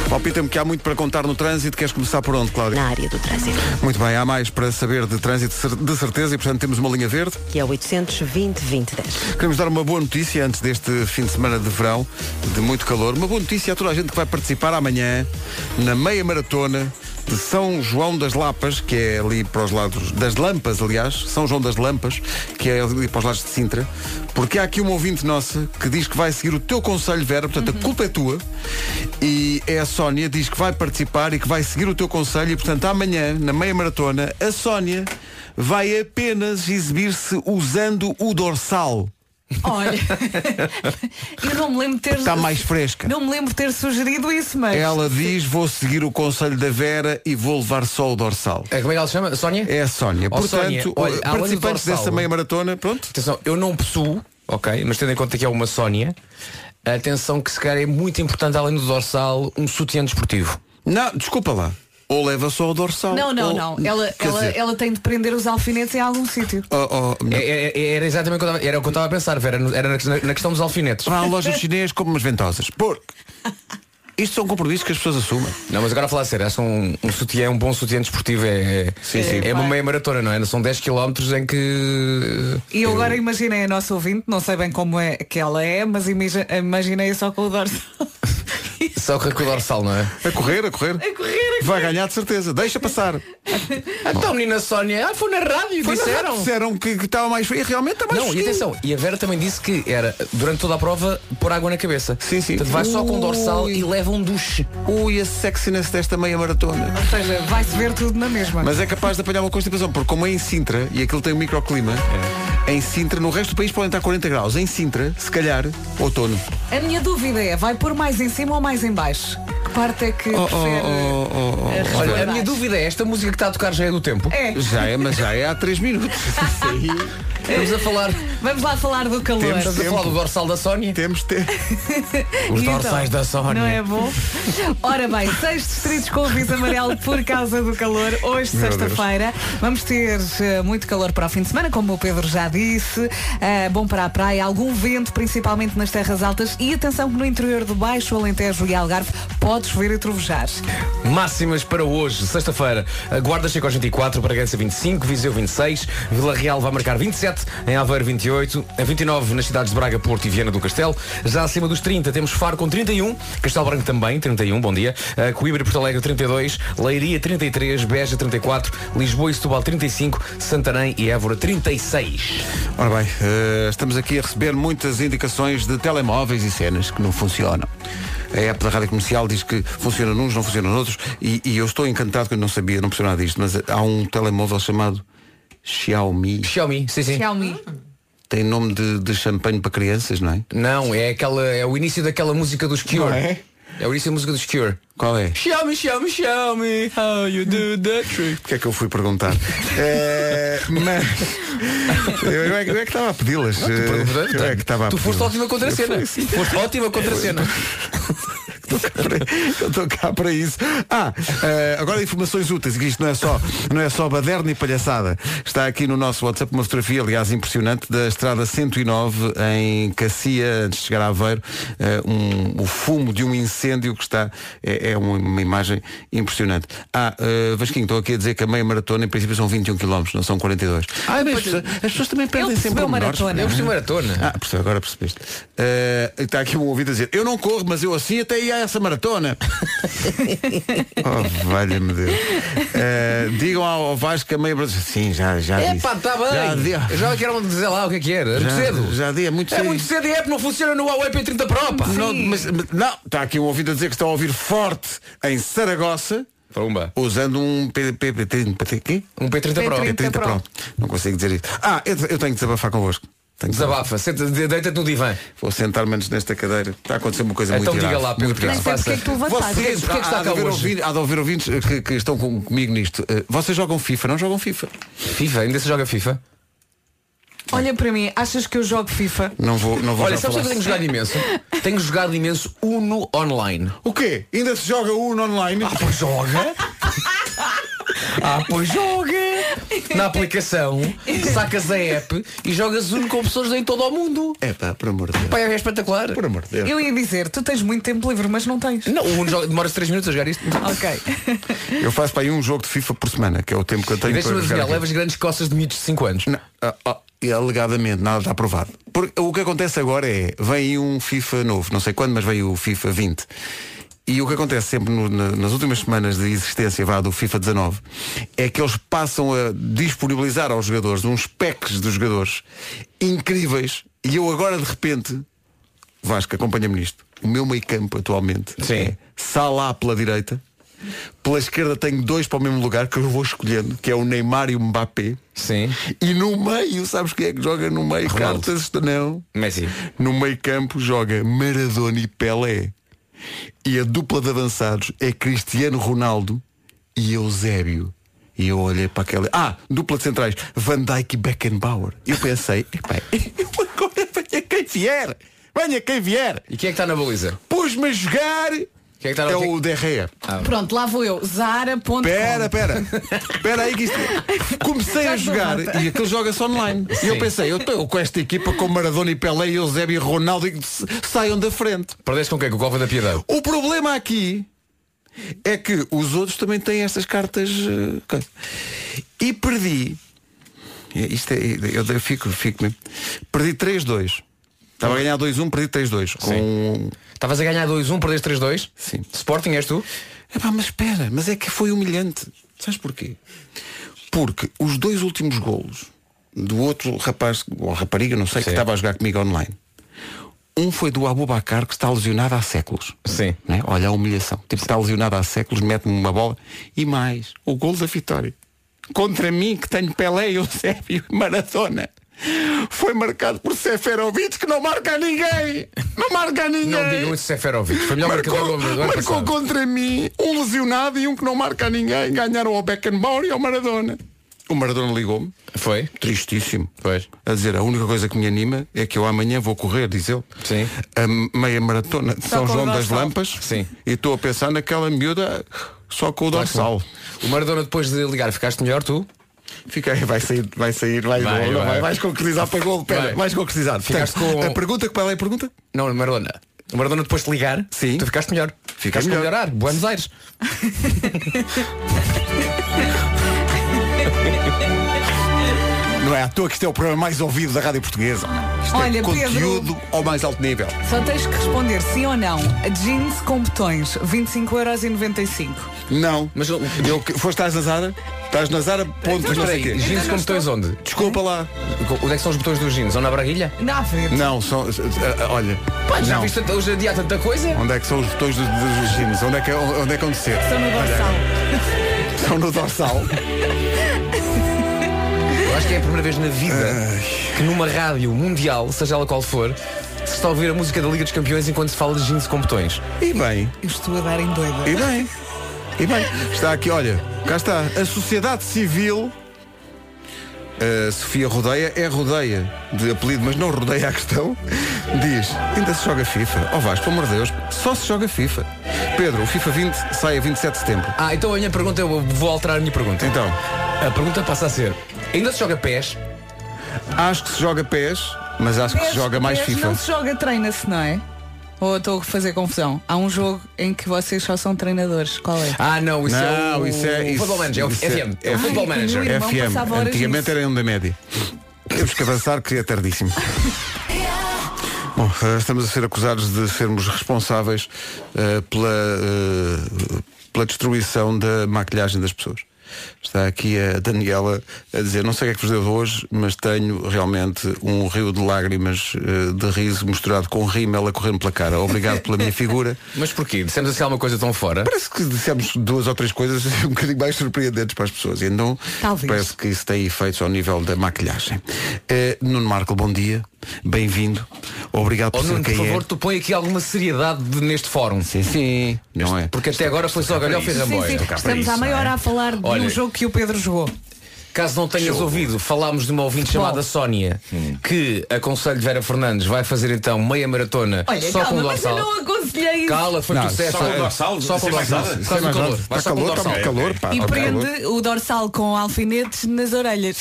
S1: Palpita-me que há muito para contar no trânsito. Queres começar por onde, Cláudia?
S5: Na área do trânsito,
S1: Muito bem, há mais para saber de trânsito cer- de certeza e, portanto, temos uma linha verde.
S5: que é 820 2010.
S1: Queremos dar uma boa notícia antes deste fim de semana de verão, de muito calor. Uma boa notícia a toda a gente que vai participar amanhã na meia maratona de São João das Lapas, que é ali para os lados das Lampas, aliás, São João das Lampas, que é ali para os lados de Sintra, porque há aqui uma ouvinte nossa que diz que vai seguir o teu conselho, Vera, portanto a culpa é tua, e é a Sónia, diz que vai participar e que vai seguir o teu conselho, e portanto amanhã, na meia maratona, a Sónia vai apenas exibir-se usando o dorsal.
S6: Olha, eu não me lembro de ter.
S1: Está Tá mais fresca. É
S6: Não me lembro de ter sugerido isso, mas.
S1: Ela diz, vou seguir o conselho da Vera e vou levar só o dorsal.
S4: É, Como é que ela se chama? Sónia?
S1: É a Sónia.
S4: Ó,
S1: Portanto,
S4: Sónia, olha,
S1: eh,
S4: além do
S1: participantes
S4: dorsal-
S1: dessa meia maratona, pronto.
S4: Atenção, eu não possuo, ok, mas tendo em conta que é uma Sónia, atenção que se calhar é muito importante, além do dorsal, um sutiã desportivo.
S1: Não, desculpa lá. Ou leva só o dorsal.
S6: Não, não,
S1: ou-
S6: não. Ela,
S1: Quer
S6: ela,
S1: dizer,
S6: ela tem de prender os alfinetes em algum sítio.
S1: oh, oh,
S4: É- é- é- Era exatamente o que eu estava- era o que eu estava a pensar, Vera, no- era na- na questão dos alfinetes.
S1: Vá à loja chinês como umas ventosas. Porque isto são compromissos que as pessoas assumem.
S4: Não, mas agora a falar a sério, acho que um, um sutiã, um bom sutiã desportivo é, é, é uma meia maratona, não é? São 10 km em que.
S6: E eu agora imaginei a nossa ouvinte, não sei bem como é que ela é, mas imagi- imaginei só com o dorsal.
S4: Só que com o dorsal, não é?
S1: A correr, a correr.
S6: a correr.
S1: Vai ganhar de certeza. Deixa passar.
S4: Então, menina Sónia, ah, foi na rádio, disseram.
S1: Disseram que que estava mais frio. E realmente está mais
S4: Não, e
S1: frio.
S4: atenção, e a Vera também disse que era, durante toda a prova, pôr água na cabeça.
S1: Sim, sim.
S4: Portanto, vai só com o dorsal
S1: Ui.
S4: e leva um duche.
S1: Ui, a sexiness desta meia maratona.
S6: Ou seja, vai-se ver tudo na mesma.
S1: Mas é capaz de apanhar uma constipação, porque como é em Sintra e aquilo tem um microclima, em Sintra, no resto do país podem estar 40 graus. Em Sintra, se calhar, outono.
S6: A minha dúvida é, vai pôr mais em cima ou mais em baixo? Que parte é que
S1: Oh,
S6: prefere
S1: oh, oh, oh, oh.
S6: eh,
S4: Olha, a
S6: resguardar?
S4: minha dúvida é, esta música que está a tocar já é do tempo?
S6: É,
S1: Já é, mas já é há 3 minutos.
S4: Estamos a falar,
S6: vamos lá falar do calor.
S1: Temos
S4: estamos a
S1: É Tempo.
S4: falar do dorsal da Sónia.
S1: Temos tempo.
S4: Os
S6: E então,
S4: dorsais da Sónia.
S6: Não é bom? Ora bem, seis distritos com aviso amarelo por causa do calor. Hoje,
S1: Meu
S6: sexta-feira, vamos ter eh, muito calor para o fim de semana, como o Pedro já disse. Eh, bom para a praia, algum vento, principalmente nas terras altas. E atenção que no interior do Baixo, Alentejo e Algarve pode chover e trovejar.
S4: Máximas para hoje, sexta-feira. A Guarda chega aos 24, Bragança 25, Viseu 26, Vila Real vai marcar 27, em Aveiro 28, a 29 nas cidades de Braga, Porto e Viana do Castelo. Já acima dos 30 temos Faro com 31, Castelo Branco também 31, bom dia. A Coimbra e Porto Alegre 32, Leiria 33, Beja 34, Lisboa e Setúbal 35, Santarém e Évora 36.
S1: Ora bem, eh, estamos aqui a receber muitas indicações de telemóveis e cenas que não funcionam. A app da Rádio Comercial diz que funciona nos, não funciona noutros, e, e eu estou encantado que eu não sabia, não percebo nada disto, mas há um telemóvel chamado Xiaomi.
S4: Xiaomi, sim, sim.
S6: Xiaomi.
S1: Tem nome de, de champanhe para crianças, não é?
S4: Não, é, aquela, é o início daquela música dos Cure.
S1: Não é?
S4: é o início da música dos Cure.
S1: Qual é?
S4: Show me, show me, show me how you do the trick.
S1: Porque é que eu fui perguntar? É, mas eu, eu é, que- eu é que estava a pedi-las. eh, Eu é que estava a
S4: tu foste
S1: pedi-las.
S4: ótima contra a cena. Foste ótima contra a cena.
S1: Estou cá para- Eu estou cá para isso. Ah, eh, agora informações úteis, que isto não é só, não é só baderna e palhaçada. Está aqui no nosso WhatsApp uma fotografia, aliás, impressionante, da estrada 109 em Cacia, antes de chegar a Aveiro, eh, um- o fumo de um incêndio que está. É, é uma, uma imagem impressionante. Ah, eh, Vasquinho, estou aqui a dizer que a meia maratona em princípio são 21 km, não são 42. Ah,
S6: é
S1: mas as pessoas, as pessoas também perdem
S6: percebi
S1: sempre
S6: a maratona.
S4: Eu percebi maratona.
S1: ah, percebe, agora percebeste. Eh, está aqui um ouvido a dizer, eu não corro, mas eu assim até ia a essa maratona. oh, valha-me Deus. Eh, digam ao Vasco que a meia Brasil. Sim, já, já.
S4: É
S1: disse.
S4: pá, está
S1: Já,
S4: bem.
S1: di-
S4: Já, já quero dizer lá o que é que era. É muito
S1: já,
S4: cedo.
S1: já di, é muito
S4: É
S1: cedo.
S4: muito cedo e a app não funciona no Huawei P30 Pro, pá.
S1: Não, mas, mas- não, está aqui um ouvido a dizer que estão a ouvir forte em Saragoça,
S4: Pumba.
S1: usando um PP30
S4: Um P30 Pro.
S1: P30 Pro. Não consigo dizer isso. Ah, eu, eu tenho que desabafar convosco. Tenho que
S4: Desabafa, senta- de- deita-te no divã.
S1: Vou sentar-me antes nesta cadeira. Está a acontecer uma coisa
S4: Então
S1: muito
S4: diga
S1: grave.
S4: lá, Pedro,
S1: muito
S4: o que é que
S1: grave.
S4: se passa?
S6: Porquê que tu levantaste?
S1: Vocês,
S4: Porquê é que está
S1: há, há, de
S4: cá
S1: haver
S4: hoje?
S1: ouvintes, há de haver ouvintes eh, que, que estão com- comigo nisto. Eh, Vocês jogam FIFA, não jogam FIFA?
S4: FIFA, ainda se joga FIFA?
S6: Olha para mim, achas que eu jogo FIFA?
S1: Não vou, não vou
S4: Olha,
S1: já
S4: sabes o que eu
S1: falar.
S4: tenho jogado imenso? tenho jogado imenso Uno online.
S1: O quê? Ainda se joga Uno online?
S4: Pois joga. Ah, pois joga! Na aplicação, sacas a app e jogas Uno com pessoas em todo o mundo.
S1: É pá, por amor de Deus.
S4: Pá, é espetacular.
S1: Por amor de Deus.
S6: Eu ia dizer, tu tens muito tempo livre, mas não tens.
S4: É. Não, o Uno joga- demora 3 minutos a jogar isto.
S6: Ok.
S1: Eu faço para aí um jogo de FIFA por semana, que é o tempo que eu tenho
S4: Deixa-me
S1: para jogar.
S4: adivinhar,
S1: aquilo.
S4: levas grandes coças de mitos de 5 anos.
S1: Não, ah, ah, e alegadamente, nada está aprovado. Porque o que acontece agora é, vem aí um FIFA novo, não sei quando, mas veio o FIFA 20. E o que acontece sempre no- na- nas últimas semanas de existência vá, do FIFA 19 é que eles passam a disponibilizar aos jogadores uns packs dos jogadores incríveis e eu agora de repente, Vasco, acompanha-me nisto, o meu meio campo atualmente
S4: Sim.
S1: é Salah pela direita, pela esquerda tenho dois para o mesmo lugar que eu vou escolhendo, que é o Neymar e o Mbappé.
S4: Sim.
S1: E no meio, sabes quem é que joga no meio?
S4: Ronaldo.
S1: Cartas, não.
S4: Messi.
S1: No meio campo joga Maradona e Pelé. E a dupla de avançados é Cristiano Ronaldo e Eusébio. E eu olhei para aquela. Ah, dupla de centrais, Van Dijk e Beckenbauer. Eu pensei, epá, eu agora venha quem vier! Venha quem vier!
S4: E quem é que está na baliza?
S1: Pus-me a jogar!
S4: Quem é que está na
S1: É o DRE.
S4: Ah.
S6: Pronto, lá vou eu. Zara.com.
S1: Pera, pera. Pera aí que isto. Comecei a jogar e aquilo joga-se online. E eu pensei, eu estou com esta equipa com Maradona e Pelé e Eusébio e Ronaldo e s- saiam da frente.
S4: Perdeste com quem? Com o Cova da Piedade.
S1: O problema aqui é que os outros também têm estas cartas. eh, coisa. E perdi. É, Isto é, eu de- fico, fico mesmo. Perdi 3-2. Estava a ganhar 2-1, perdi 3-2. Com... um-
S4: Estavas a ganhar 2-1, perdeste 3-2?
S1: Sim.
S4: Sporting és tu?
S1: Epá, mas espera, mas é que foi humilhante. Sabes porquê? Porque os dois últimos golos do outro rapaz, ou rapariga, não sei, que
S4: Sim.
S1: estava a jogar comigo online. Um foi do Abubacar, que está lesionado há séculos.
S4: Sim.
S1: Né? Olha a humilhação. Tipo, está lesionado há séculos, mete-me uma bola. E mais, o gol da vitória. Contra mim, que tenho Pelé, Eusébio e Maradona. Foi marcado por Seferovic, que não marca a ninguém. Não marca a ninguém.
S4: Não digam isso, Seferovic. Foi melhor marcador
S1: Marcou,
S4: do- do ano
S1: marcou
S4: passado.
S1: contra mim um lesionado e um que não marca a ninguém. Ganharam ao Beckenbauer e ao Maradona. O Maradona ligou-me,
S4: Foi?
S1: tristíssimo.
S4: Pois.
S1: A dizer, a única coisa que me anima é que eu amanhã vou correr, diz ele,
S4: Sim.
S1: a meia maratona de São
S6: com o
S1: João das
S6: dorsal.
S1: Lampas.
S4: Sim.
S1: E estou a pensar naquela miúda só com o dorsal.
S4: O Maradona depois de ligar ficaste melhor tu?
S1: Fica aí, vai sair, vai sair, vai,
S4: Vai,
S1: gol, não
S4: vai.
S1: vai. vais concretizar para gol, pera,
S4: Vai.
S1: vais concretizar.
S4: Ficaste
S1: Portanto,
S4: com-
S1: A pergunta, qual é a pergunta?
S4: Não, o Maradona. O Maradona depois de ligar,
S1: Sim.
S4: tu ficaste melhor. ficaste
S1: melhor.
S4: a melhorar. Buenos Aires.
S1: Não é à toa que isto é o programa mais ouvido da Rádio Portuguesa. Isto é
S6: Olha, Pedro.
S1: conteúdo ao mais alto nível.
S6: Só tens que responder sim ou não. Jeans com botões, 25,95€.
S1: Não.
S4: Mas eu-
S1: eu que- foste às na Zara? Estás na Zara, ponto,
S4: Mas
S1: não
S4: espera
S1: sei
S4: aí,
S1: quê.
S4: jeans com botões onde?
S1: Desculpa lá.
S4: Onde é que são os botões dos jeans? São na braguilha?
S6: Na frente.
S1: Não, são. ah, ah, Olha.
S4: Já
S1: não.
S4: viste tanta- hoje adiar tanta coisa?
S1: Onde é que são os botões dos, dos jeans? Onde é que é onde é que acontecer?
S6: Estou Então, no dorsal.
S1: São no dorsal.
S4: Eu acho que é a primeira vez na vida que numa rádio mundial, seja ela qual for, se está a ouvir a música da Liga dos Campeões enquanto se fala de jeans com botões.
S1: E bem,
S6: Eu estou a dar em doida.
S1: e bem. E bem. Está aqui, olha, cá está. A sociedade civil. a Sofia Rodeia é Rodeia de apelido, mas não rodeia a questão. Diz, ainda se joga FIFA. Oh Vasco, pelo amor de Deus, só se joga FIFA. Pedro, o FIFA 20 sai a 27 de setembro.
S4: Ah, então a minha pergunta, eu vou alterar a minha pergunta.
S1: Então,
S4: A pergunta passa a ser, ainda se joga pés?
S1: acho que se joga pés, mas acho que se joga mais
S6: Pés
S1: FIFA.
S6: Não se joga, treina-se, não é? Ou estou a fazer confusão? Há um jogo em que vocês só são treinadores. Qual é?
S4: Ah, não, isso é
S1: Não,
S4: o...
S1: isso é-
S4: o
S1: isso-
S4: Football Manager, é o
S1: isso é-
S4: FM. É
S1: é-
S4: o Football
S6: Ai,
S4: Manager.
S6: meu irmão
S1: FM,
S6: passava horas
S1: antigamente
S6: nisso.
S1: era onda média. Temos que avançar que é tardíssimo. Bom, eh, estamos a ser acusados de sermos responsáveis eh, pela, eh, pela destruição da maquilhagem das pessoas. Está aqui a Daniela a dizer, não sei o que é que vos deu hoje, mas tenho realmente um rio de lágrimas eh, de riso misturado com rímel a correr-me pela cara. Obrigado pela minha figura.
S4: Mas porquê? Dissemos assim alguma coisa tão fora?
S1: Parece que dissemos duas ou três coisas um bocadinho mais surpreendentes para as pessoas. E então
S6: Talvez.
S1: parece que isso tem efeitos ao nível da maquilhagem. Eh, Nuno Marco, bom dia. Bem-vindo. Obrigado
S4: Oh,
S1: por
S4: Nuno,
S1: ser
S4: por
S1: quem
S4: favor,
S1: é.
S4: tu põe aqui alguma seriedade de- neste fórum.
S1: Sim, sim. Não é?
S4: Porque até agora foi só galhofa e
S6: Sim,
S4: ramboia.
S6: sim. Estamos
S1: isso, é?
S6: à meia hora a falar de
S4: Olha-
S6: um jogo que o Pedro jogou.
S4: Caso não tenhas ouvido, falámos de uma ouvinte chamada Sónia, que aconselho Vera Fernandes, vai fazer então meia maratona
S6: Olha,
S4: só com
S6: calma,
S4: o
S6: mas eu
S4: dorsal.
S6: não aconselhei isso.
S4: Cala, foi
S1: Não,
S4: tu disseste. é.
S8: só com o dorsal?
S4: Só com o
S8: Sem mais
S4: dorsal.
S8: nada?
S4: Por causa do calor. Vai
S1: Está
S4: só com o
S1: calor, está
S4: dorsal.
S1: calor, pá.
S6: E
S1: Tá calor.
S6: prende o dorsal com alfinetes nas orelhas.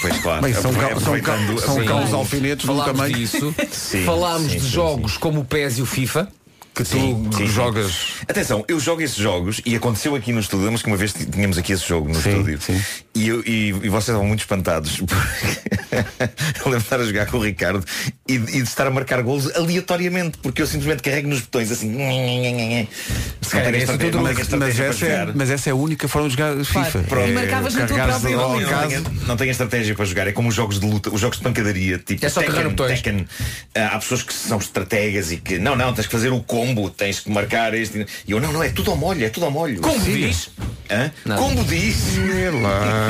S9: Pois claro.
S1: Bem, são, cal, são, cal,
S9: Aproveitando-
S1: são
S9: Sim.
S1: cal os alfinetes do
S4: Falámos
S1: tamanho
S4: disso.
S9: Sim,
S4: Falámos
S9: sim,
S4: de
S9: sim,
S4: jogos como o PES e o FIFA.
S1: que tu
S9: Sim, sim, sim.
S1: jogas.
S9: Atenção, eu jogo esses jogos e aconteceu aqui no estúdio, lembras que uma vez tínhamos aqui esse jogo no
S1: Sim,
S9: estúdio
S1: sim.
S9: E, eu- e- e vocês estavam muito espantados porque eu lembro de estar a jogar com o Ricardo e, de- e de estar a marcar golos aleatoriamente, porque eu simplesmente carrego nos botões assim. Se
S1: Era
S9: calhar
S1: essa
S4: é
S9: esta
S1: tudo,
S9: não tenho
S1: mas,
S9: esta
S1: mas
S9: estratégia para
S1: essa é,
S9: jogar.
S1: mas essa é a única forma de jogar FIFA.
S6: Pronto. E
S1: É
S6: marcavas no teu
S1: carregares
S6: próprio
S1: ao
S6: gol.
S1: acaso.
S9: Não tenho- Não tenho estratégia para jogar, é como os jogos de luta, os jogos de pancadaria, tipo
S4: É só carregar
S9: Tekken,
S4: botões.
S9: Tekken. Ah, Há pessoas que são estrategas e que não, não, tens que fazer o combo, tens que marcar este. E eu, não, não, é tudo ao molho, é tudo ao molho.
S4: Como
S9: Sim.
S4: diz?
S9: Hã? Como diz?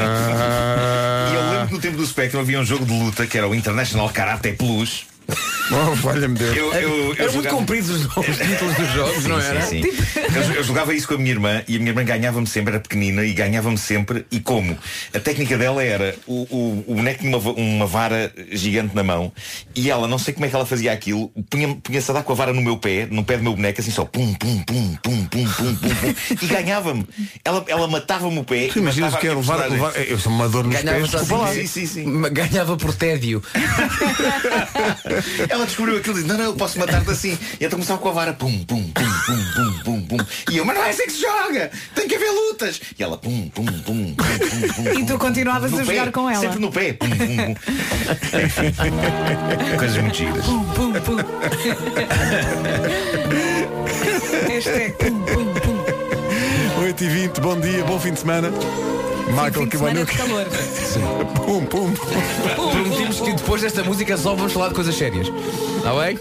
S9: E eu lembro que no tempo do Spectrum havia um jogo de luta que era o International Karate Plus.
S1: Oh, valha-me Deus.
S9: Eu, eu, eu
S4: Eram muito
S9: jogava-
S4: compridos os, os títulos dos jogos,
S9: Sim,
S4: não
S9: sim,
S4: era?
S9: sim.
S1: Tipo-
S9: Eu, eu jogava isso com a minha irmã e a minha irmã ganhava-me sempre, era pequenina e ganhava-me sempre. E como? A técnica dela era o, o, o boneco tinha uma, va- uma vara gigante na mão e ela, não sei como é que ela fazia aquilo, punha- punha-se a dar com a vara no meu pé, no pé do meu boneco, assim só pum, pum, pum, pum, pum, pum, pum, pum e ganhava-me. Ela, ela matava-me o pé. e
S1: Tu imaginas
S9: matava
S1: o que
S9: a
S1: é
S9: minha
S1: levar,
S9: personagem.
S1: levar. Eu sou uma dor nos pés,
S4: Ganhavas
S1: desculpa lá.
S4: assim,
S9: Sim, sim, sim.
S4: ma- ganhava por tédio.
S9: Ela descobriu aquilo e disse, não, não, eu posso matar-te assim. E então começava com a vara, pum, pum, pum, pum, pum, pum, pum. E eu, mas não é assim que se joga, tem que haver lutas. E ela, pum, pum, pum, pum, pum, pum.
S6: E tu
S9: pum,
S6: continuavas
S9: pum,
S6: a
S9: no pé,
S6: jogar com ela.
S9: Sempre no pé, pum, pum, pum. Enfim, Coisas muito giras.
S6: Pum, pum, pum. Hashtag é pum, pum, pum.
S1: 8h20, bom dia, bom fim de semana.
S6: Fim
S1: Michael
S6: de semana
S1: Kiwanuka.
S6: de calor.
S1: é Pum, pum.
S4: Prometimos que depois desta música só vamos falar de coisas sérias. Está bem?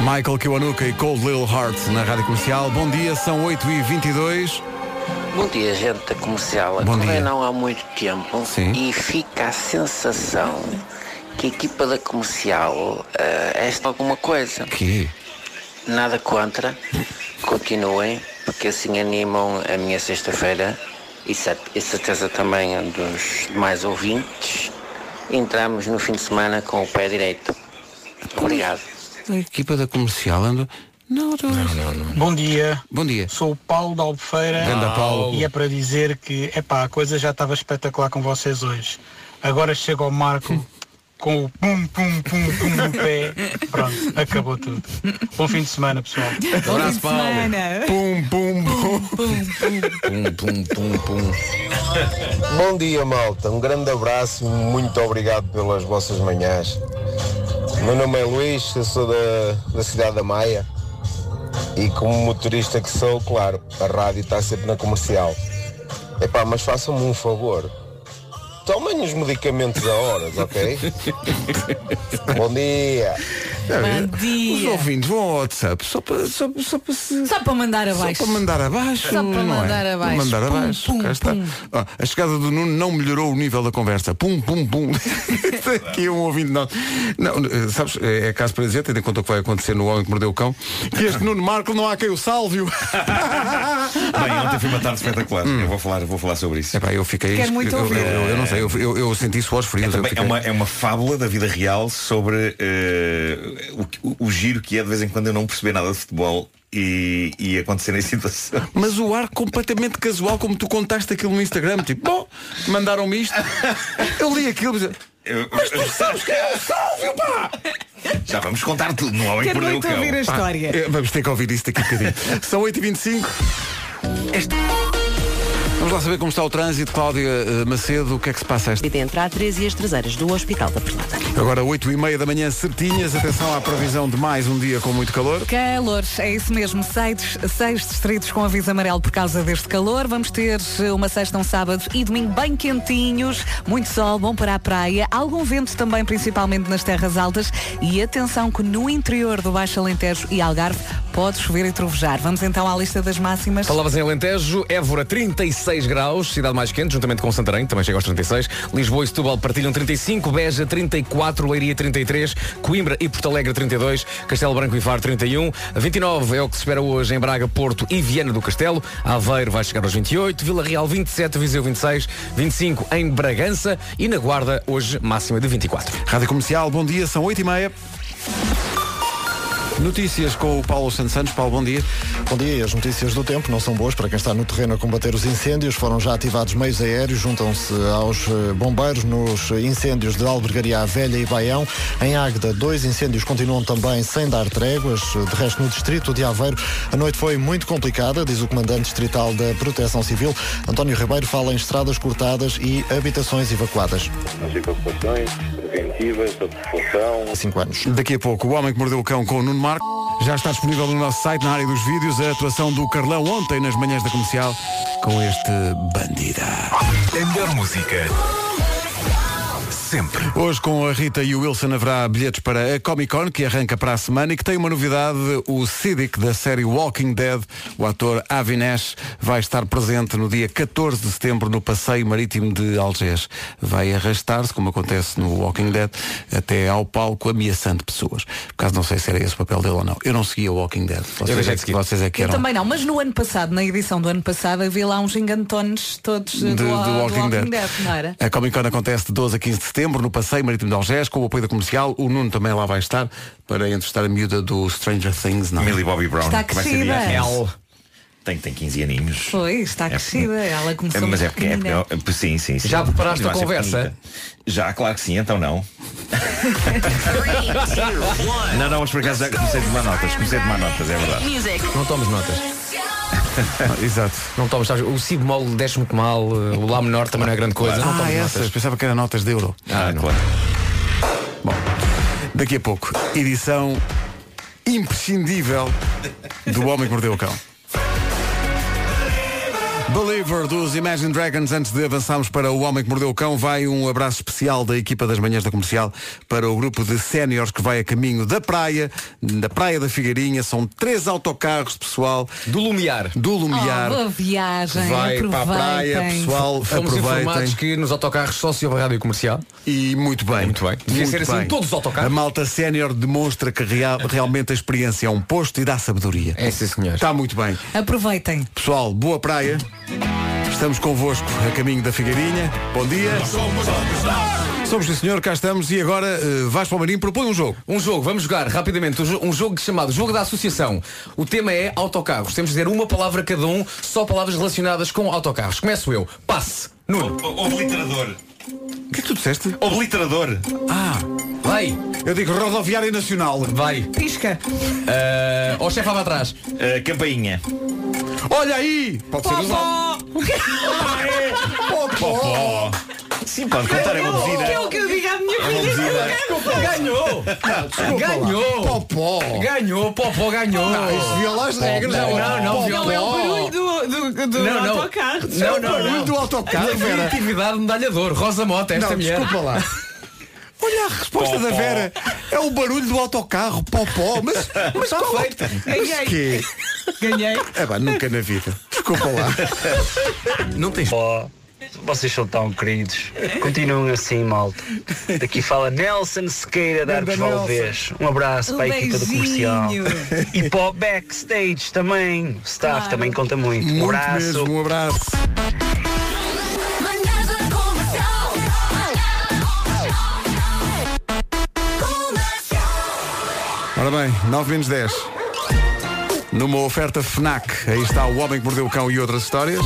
S1: Michael Kiwanuka e Cold Little Heart na Rádio Comercial. Bom dia, são 8h22.
S10: Bom dia, gente da comercial.
S1: Bom
S10: Acordei
S1: dia.
S10: não há muito tempo
S1: Sim.
S10: e fica a sensação que a equipa da comercial eh, é esta alguma coisa.
S1: Que?
S9: é?
S10: Nada contra. Continuem, porque assim animam a minha sexta-feira e cer- e certeza também a dos demais ouvintes. Entramos no fim de semana com o pé direito. Obrigado.
S1: A equipa da comercial anda. Não, não, não,
S11: Bom dia,
S1: Bom dia.
S11: sou o Paulo da Albufeira
S1: Ganda Paulo.
S11: e é para dizer que epá, a coisa já estava espetacular com vocês hoje. Agora chega o Marco com o pum pum pum pum no pé. Pronto, acabou tudo. Bom fim de semana, pessoal.
S6: Bom fim
S4: Abraço,
S6: de
S4: Paulo.
S6: semana.
S1: Pum, pum, pum.
S4: Pum, pum, pum, pum.
S12: Bom dia, malta. Um grande abraço e muito obrigado pelas vossas manhãs. O Meu nome é Luís, eu sou da, da cidade da Maia e como motorista que sou, claro, a rádio está sempre na comercial. Epá, mas façam-me um favor. Tomem os medicamentos a horas, ok? Bom dia.
S6: Bom
S1: Os
S6: dia.
S1: ouvintes vão ao WhatsApp só para, só, só para se.
S6: Só para mandar
S1: Só
S6: abaixo.
S1: para mandar abaixo.
S6: Só para
S1: não é?
S6: mandar abaixo.
S1: Para mandar
S6: Pum,
S1: abaixo.
S6: pum,
S1: Cá está.
S6: pum.
S1: Ó, a chegada do Nuno não melhorou o nível da conversa. Pum, pum, pum. Tem Aqui um ouvindo nosso. Não, eh, sabes, é é caso para dizer, tendo em conta o que vai acontecer no Homem que Mordeu o Cão, que este Nuno Marco não há quem o salve.
S9: Bem, ontem foi uma tarde espetacular.
S10: Hum.
S9: Eu vou falar, vou falar sobre isso.
S1: Epá, eu fiquei.
S6: Quero muito
S1: eu, eu,
S6: ouvir.
S1: eu- eu não sei, eu, eu, eu senti suores frios. eu
S9: Também é
S1: fiquei-
S9: uma, é uma fábula da vida real sobre eh, o que- o, o giro que é de vez em quando eu não perceber nada de futebol e, e acontecerem situações.
S1: Mas o ar completamente casual, como tu contaste aquilo no Instagram, tipo, bom, mandaram-me isto. Eu é? li aquilo, mas
S9: Eu- Já vamos contar tudo, não há homem que
S6: Quero
S9: perdeu o Ah.
S6: muito
S9: cão.
S6: ouvir a história.
S1: É, Vamos ter que ouvir isso daqui a bocadinho. São 8h25. Este- Vamos lá saber como está o trânsito, Cláudia eh, Macedo, o que é que se passa a esta.
S5: E dentro há três e as traseiras do Hospital da Pernada.
S1: Agora 8h30 da manhã certinhas, atenção à previsão de mais um dia com muito calor.
S6: Calores, é isso mesmo. Seis, seis distritos com aviso amarelo por causa deste calor. Vamos ter uma sexta, um sábado e domingo bem quentinhos. Muito sol, bom para a praia. Algum vento também, principalmente nas terras altas. E atenção que no interior do Baixo Alentejo e Algarve pode chover e trovejar. Vamos então à lista das máximas.
S4: Falavas em Alentejo, Évora 36 graus, cidade mais quente, juntamente com Santarém, também chega aos 36. Lisboa e Setúbal partilham 35, Beja 34, Leiria 33, Coimbra e Porto Alegre 32, Castelo Branco e um. Faro 31, 29 é o que se espera hoje em Braga, Porto e Viana do Castelo, Aveiro vai chegar aos 28, Vila Real 27, Viseu 26, 25 em Bragança e na Guarda hoje máxima de 24.
S1: Rádio Comercial, bom dia, são 8h30. Notícias com o Paulo Santos Santos. Paulo, bom dia.
S7: Bom dia. As notícias do tempo não são boas para quem está no terreno a combater os incêndios. Foram já ativados meios aéreos, juntam-se aos eh, bombeiros nos incêndios de Albergaria à Velha e Baião. Em Águeda, dois incêndios continuam também sem dar tréguas. De resto, no distrito de Aveiro, a noite foi muito complicada, diz o comandante distrital da Proteção Civil. António Ribeiro fala em estradas cortadas e habitações evacuadas.
S13: As evacuações preventivas, da população.
S7: Cinco anos.
S1: Daqui a pouco, o Homem que Mordeu o Cão com o Nuno Marco. Já está disponível no nosso site, na área dos vídeos, a atuação do Carlão ontem nas manhãs da comercial com este Bandida.
S14: A melhor música. Sempre.
S1: Hoje com a Rita e o Wilson haverá bilhetes para a Comic Con, que arranca para a semana e que tem uma novidade, o Siddick da série Walking Dead, o ator Avi Nash, vai estar presente no dia 14 de setembro no Passeio Marítimo de Algés. Vai arrastar-se, como acontece no Walking Dead, até ao palco ameaçando pessoas. Por acaso não sei se era esse o papel dele ou não. Eu não seguia o Walking Dead. Vocês,
S4: deixei
S1: é,
S4: de
S1: que- vocês é que
S6: Eu
S1: eram.
S6: também não, mas no ano passado, na edição do ano passado, havia lá uns engantones todos eh,
S1: De- do
S6: do, do
S1: Walking
S6: Walking,
S1: Dead.
S6: Dead. não era?
S1: A Comic Con acontece de 12 a 15 de setembro no Passeio Marítimo de Algés, com o apoio da comercial. O Nuno também lá vai estar para entrevistar a miúda do Stranger Things. Não. é?
S9: Millie Bobby Brown.
S6: Está
S9: que vai ser
S6: crescida.
S9: dia 15.
S6: Ela.
S9: Tem, tem 15 aninhos. É
S6: Foi, está crescida, ela começou
S9: Mas é
S6: muito
S9: porque é,
S6: pequenina.
S9: é- sim, sim, sim.
S4: Já preparaste a
S9: Continua ser
S4: conversa?
S9: pequenita. Já, claro que sim, então não. Não, não, mas por acaso já comecei a tomar notas. Comecei a tomar notas, é verdade.
S4: Não tomes notas.
S1: Exato.
S4: Não tomes, sabes, o si bemol desce muito mal, eh, o lá menor também não é grande coisa.
S1: Ah,
S4: não tomes
S1: essas.
S4: notas.
S1: Pensava que era notas de euro.
S9: Ah, claro.
S1: Daqui a pouco, edição imprescindível do Homem que Mordeu o Cão. Believer dos Imagine Dragons, antes de avançarmos para o Homem que Mordeu o Cão, vai um abraço especial da equipa das manhãs da comercial para o grupo de séniores que vai a caminho da praia, da Praia da Figueirinha. São três autocarros, pessoal.
S4: Do Lumiar.
S1: Do Lumiar.
S6: Oh, boa viagem,
S1: Vai para a
S6: aproveitem.
S1: praia, pessoal,
S4: Fomos informados
S1: aproveitem.
S4: que nos autocarros só se ouve rádio comercial.
S1: E muito bem.
S4: Muito bem. Devia ser assim em todos os autocarros.
S1: A malta sénior demonstra que real- realmente a experiência é um posto e dá sabedoria.
S4: É sim, senhor.
S1: Está muito bem.
S6: Aproveitem.
S1: Pessoal, boa praia. Estamos convosco a caminho da Figueirinha. Bom dia. Somos sim senhor, cá estamos e agora eh, vais para o Marinho, propõe um jogo.
S4: Um jogo, vamos jogar rapidamente, um jo- um jogo chamado Jogo da Associação. O tema é autocarros. Temos de dizer uma palavra cada um, só palavras relacionadas com autocarros. Começo eu. Passe. Nuno.
S9: um Obliterador.
S1: O que é que tu disseste?
S9: Obliterador.
S1: Ah,
S4: Vai.
S1: eu digo rodoviária nacional.
S4: Vai.
S6: Pisca.
S4: Ah, Ó chefe lá para trás.
S9: Ah, campainha.
S1: Olha aí! Pode ser um
S6: Oh,
S1: usado.
S9: Popó. Sim, pode contar, é uma buzina.
S6: Que é o que eu digo à minha
S9: É uma
S6: filha.
S9: buzina.
S4: Ganhou! Ganhou!
S1: Popó.
S4: Ganhou, Popó ganhou!
S1: Isto Ah, viola as regras.
S4: Não,
S1: agora.
S4: não, não,
S1: Popó.
S6: Não
S4: viola.
S6: é o barulho do, do, do
S4: Não, não.
S6: autocarro.
S4: Não, não,
S1: Barulho
S4: não.
S1: do autocarro,
S4: A
S1: Vera.
S4: criatividade medalhador, Rosa Mota, esta
S1: Não,
S4: mulher.
S1: desculpa lá. é Olha a resposta
S9: Popó.
S1: da Vera. É o barulho do autocarro, popó. Mas, mas
S4: Está
S1: qual- é
S4: feita.
S1: Tá Mas quê?
S6: Ganhei.
S1: É pá, nunca na vida. Desculpa lá.
S4: Não tens.
S15: Ó, vocês são tão queridos. Continuem assim, malta. Daqui fala Nelson Sequeira da Arcos
S1: Nelson.
S15: Valdez. Um abraço
S6: Um
S15: para a equipa do comercial.
S6: beijinho.
S15: E para o backstage também. O staff
S6: Claro.
S15: também conta muito. Um
S1: Muito
S15: abraço.
S1: mesmo, um abraço. Ora bem, 9 menos 10. Numa oferta FNAC, aí está o Homem que Mordeu o Cão e outras histórias.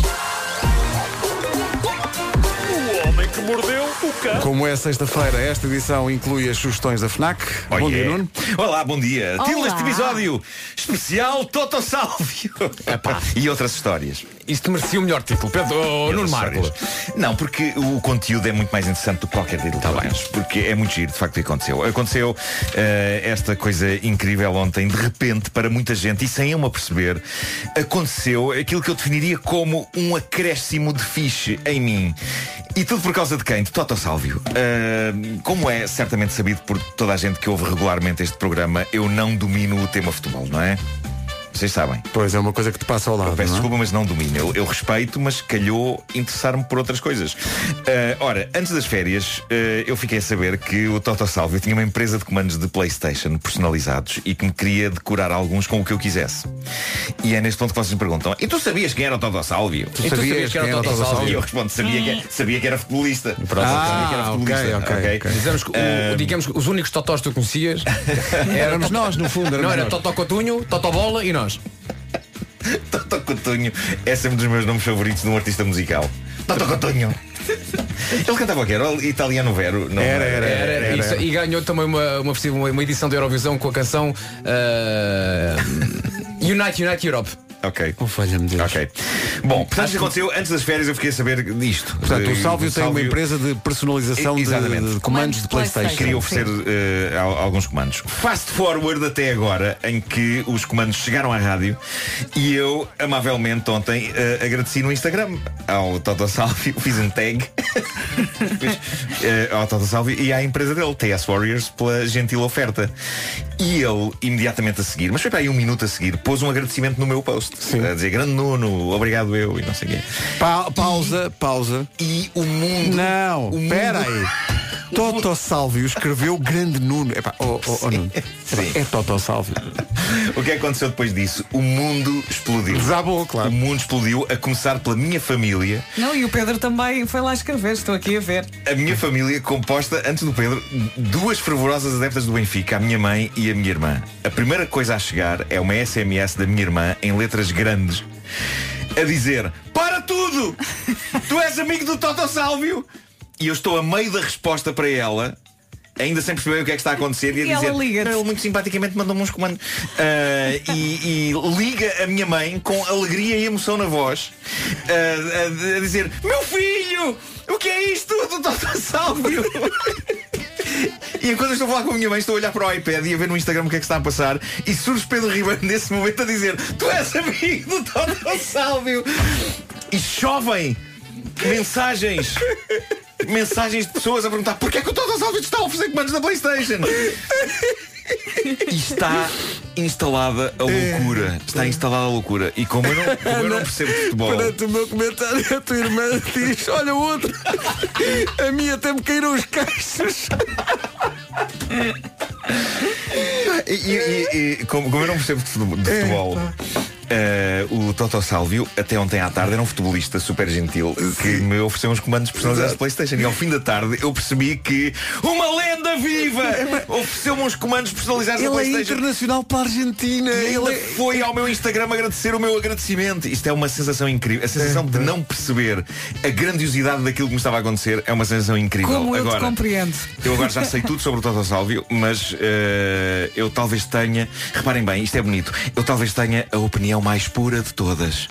S1: Como é sexta-feira, esta edição inclui as sugestões da FNAC.
S9: Oh,
S1: Bom dia,
S9: yeah.
S1: Nuno.
S9: Olá, bom dia. Título
S6: Olá.
S9: deste episódio especial Toto Sálvio. e outras histórias.
S4: Isto merecia o melhor título. Pedro, oh,
S9: Outras
S4: Nuno Marco.
S9: histórias. É Não, porque o conteúdo é muito mais interessante do que qualquer título. Tá Porque é muito giro, de facto, o que aconteceu. Aconteceu eh, esta coisa incrível ontem, de repente, para muita gente, e sem eu me aperceber, aconteceu aquilo que eu definiria como um acréscimo de fiche em mim. E tudo por causa de quem? De Toto Sálvio. Eh, como é certamente sabido por toda a gente que ouve regularmente este programa, eu não domino o tema futebol, não é? vocês sabem.
S1: Pois é uma coisa que te passa ao lado.
S9: Eu peço
S1: não é?
S9: desculpa, mas não domino. Eu, eu respeito, mas calhou interessar-me por outras coisas. Ah, ora, antes das férias, ah, eu fiquei a saber que o Toto Salvio tinha uma empresa de comandos de Playstation personalizados e que me queria decorar alguns com o que eu quisesse. E é neste ponto que vocês me perguntam, e tu sabias quem era o Toto Salvio?
S1: Tu
S9: "E
S1: sabias quem era o Toto Sálvio?"
S9: E eu respondo, sabia,
S4: Hum.
S9: que, é, sabia que era futebolista. Pronto, sabia que era
S4: Ah, ok,
S9: futebolista,
S4: ok.
S9: ok?
S4: ok. Dizemos que o-
S9: Ah,
S4: digamos que os únicos totós que tu conhecias
S9: Éramos nós, no fundo, éramos
S4: não, era
S9: nós.
S4: Totó Cotunho, Totó Bola e nós.
S9: Toto Cotonho é sempre um dos meus nomes favoritos de um artista musical. Toto Cotonho. Ele cantava o que era? O Italiano Vero? Não,
S4: Era, era, era, isso, E ganhou também uma, uma, possível- uma edição da Eurovisão com a canção ah, Unite, Unite Europe.
S9: Ok.
S1: Não falha-me Deus.
S9: Ok. Bom, portanto, isto aconteceu antes das férias, eu fiquei a saber disto.
S1: Portanto, o
S9: De-
S1: Sálvio
S9: do
S1: tem uma empresa de personalização de,
S9: Exatamente.
S1: de comandos de Playstation.
S9: Queria oferecer eh, al- alguns comandos. Fast forward até agora, em que os comandos chegaram à rádio e eu, amavelmente, ontem eh, agradeci no Instagram ao Toto Salvi, fiz um tag Depois, eh, ao Toto Salvi e à empresa dele, TS Warriors, pela gentil oferta. E ele, imediatamente a seguir, mas foi para aí um minuto a seguir, pôs um agradecimento no meu post. A dizer, grande Nuno, obrigado eu e não sei o quê.
S1: Pa- pausa, pausa.
S9: E o mundo.
S1: Não, espera aí. Toto Sálvio escreveu Grande Nuno. Epá, oh, oh, oh, Nuno. Epá, É Toto Sálvio.
S9: O que é que aconteceu depois disso? O mundo explodiu.
S1: Desabou, claro.
S9: O mundo explodiu, a começar pela minha família.
S6: Não, e o Pedro também foi lá escrever, estou aqui a ver.
S9: A minha família, composta, antes do Pedro, duas fervorosas adeptas do Benfica, a minha mãe e a minha irmã. A primeira coisa a chegar é uma SMS da minha irmã, em letras grandes, a dizer: Para tudo! Tu és amigo do Toto Sálvio! E eu estou a meio da resposta para ela. Ainda sem perceber o que é que está a acontecer e a
S2: E ela
S9: dizer
S2: liga-te.
S9: "Não, ele muito simpaticamente mandou-me uns comandos Ah, e, e liga a minha mãe com alegria e emoção na voz ah, a, a dizer Meu filho! O que é isto? Do Dr. Sálvio! E enquanto eu estou a falar com a minha mãe, estou a olhar para o iPad e a ver no Instagram o que é que está a passar e surge Pedro Ribeiro nesse momento a dizer Tu és amigo do Dr. Sálvio! E chovem mensagens mensagens de pessoas a perguntar porquê é que o Toto Sálvio te está a oferecer comandos da Playstation? E está instalada a loucura. Está instalada a loucura. E como eu não, como eu não percebo de futebol.
S1: Perante o meu comentário, a tua irmã diz, olha o outro, a minha até me caíram os caixas.
S9: E, e- e- e como, como eu não percebo de futebol, de futebol, eh, o Toto Sálvio, até ontem à tarde, era um futebolista super gentil que me ofereceu uns comandos personalizados de Playstation. E ao fim da tarde eu percebi que uma lenda viva ofereceu-me uns comandos personalizados da
S1: É Ele é
S9: Playstation.
S1: internacional para a Argentina.
S9: E ainda
S1: Ele é...
S9: foi ao meu Instagram agradecer o meu agradecimento. Isto é uma sensação incrível. A
S1: É,
S9: sensação de não perceber a grandiosidade daquilo que me estava a acontecer é uma sensação incrível.
S6: Como eu
S9: agora,
S6: te compreendo.
S9: eu agora já sei tudo sobre o Toto Sálvio, mas eh, eu talvez tenha. Reparem bem, isto é bonito. Eu talvez tenha a opinião mais pura de todas.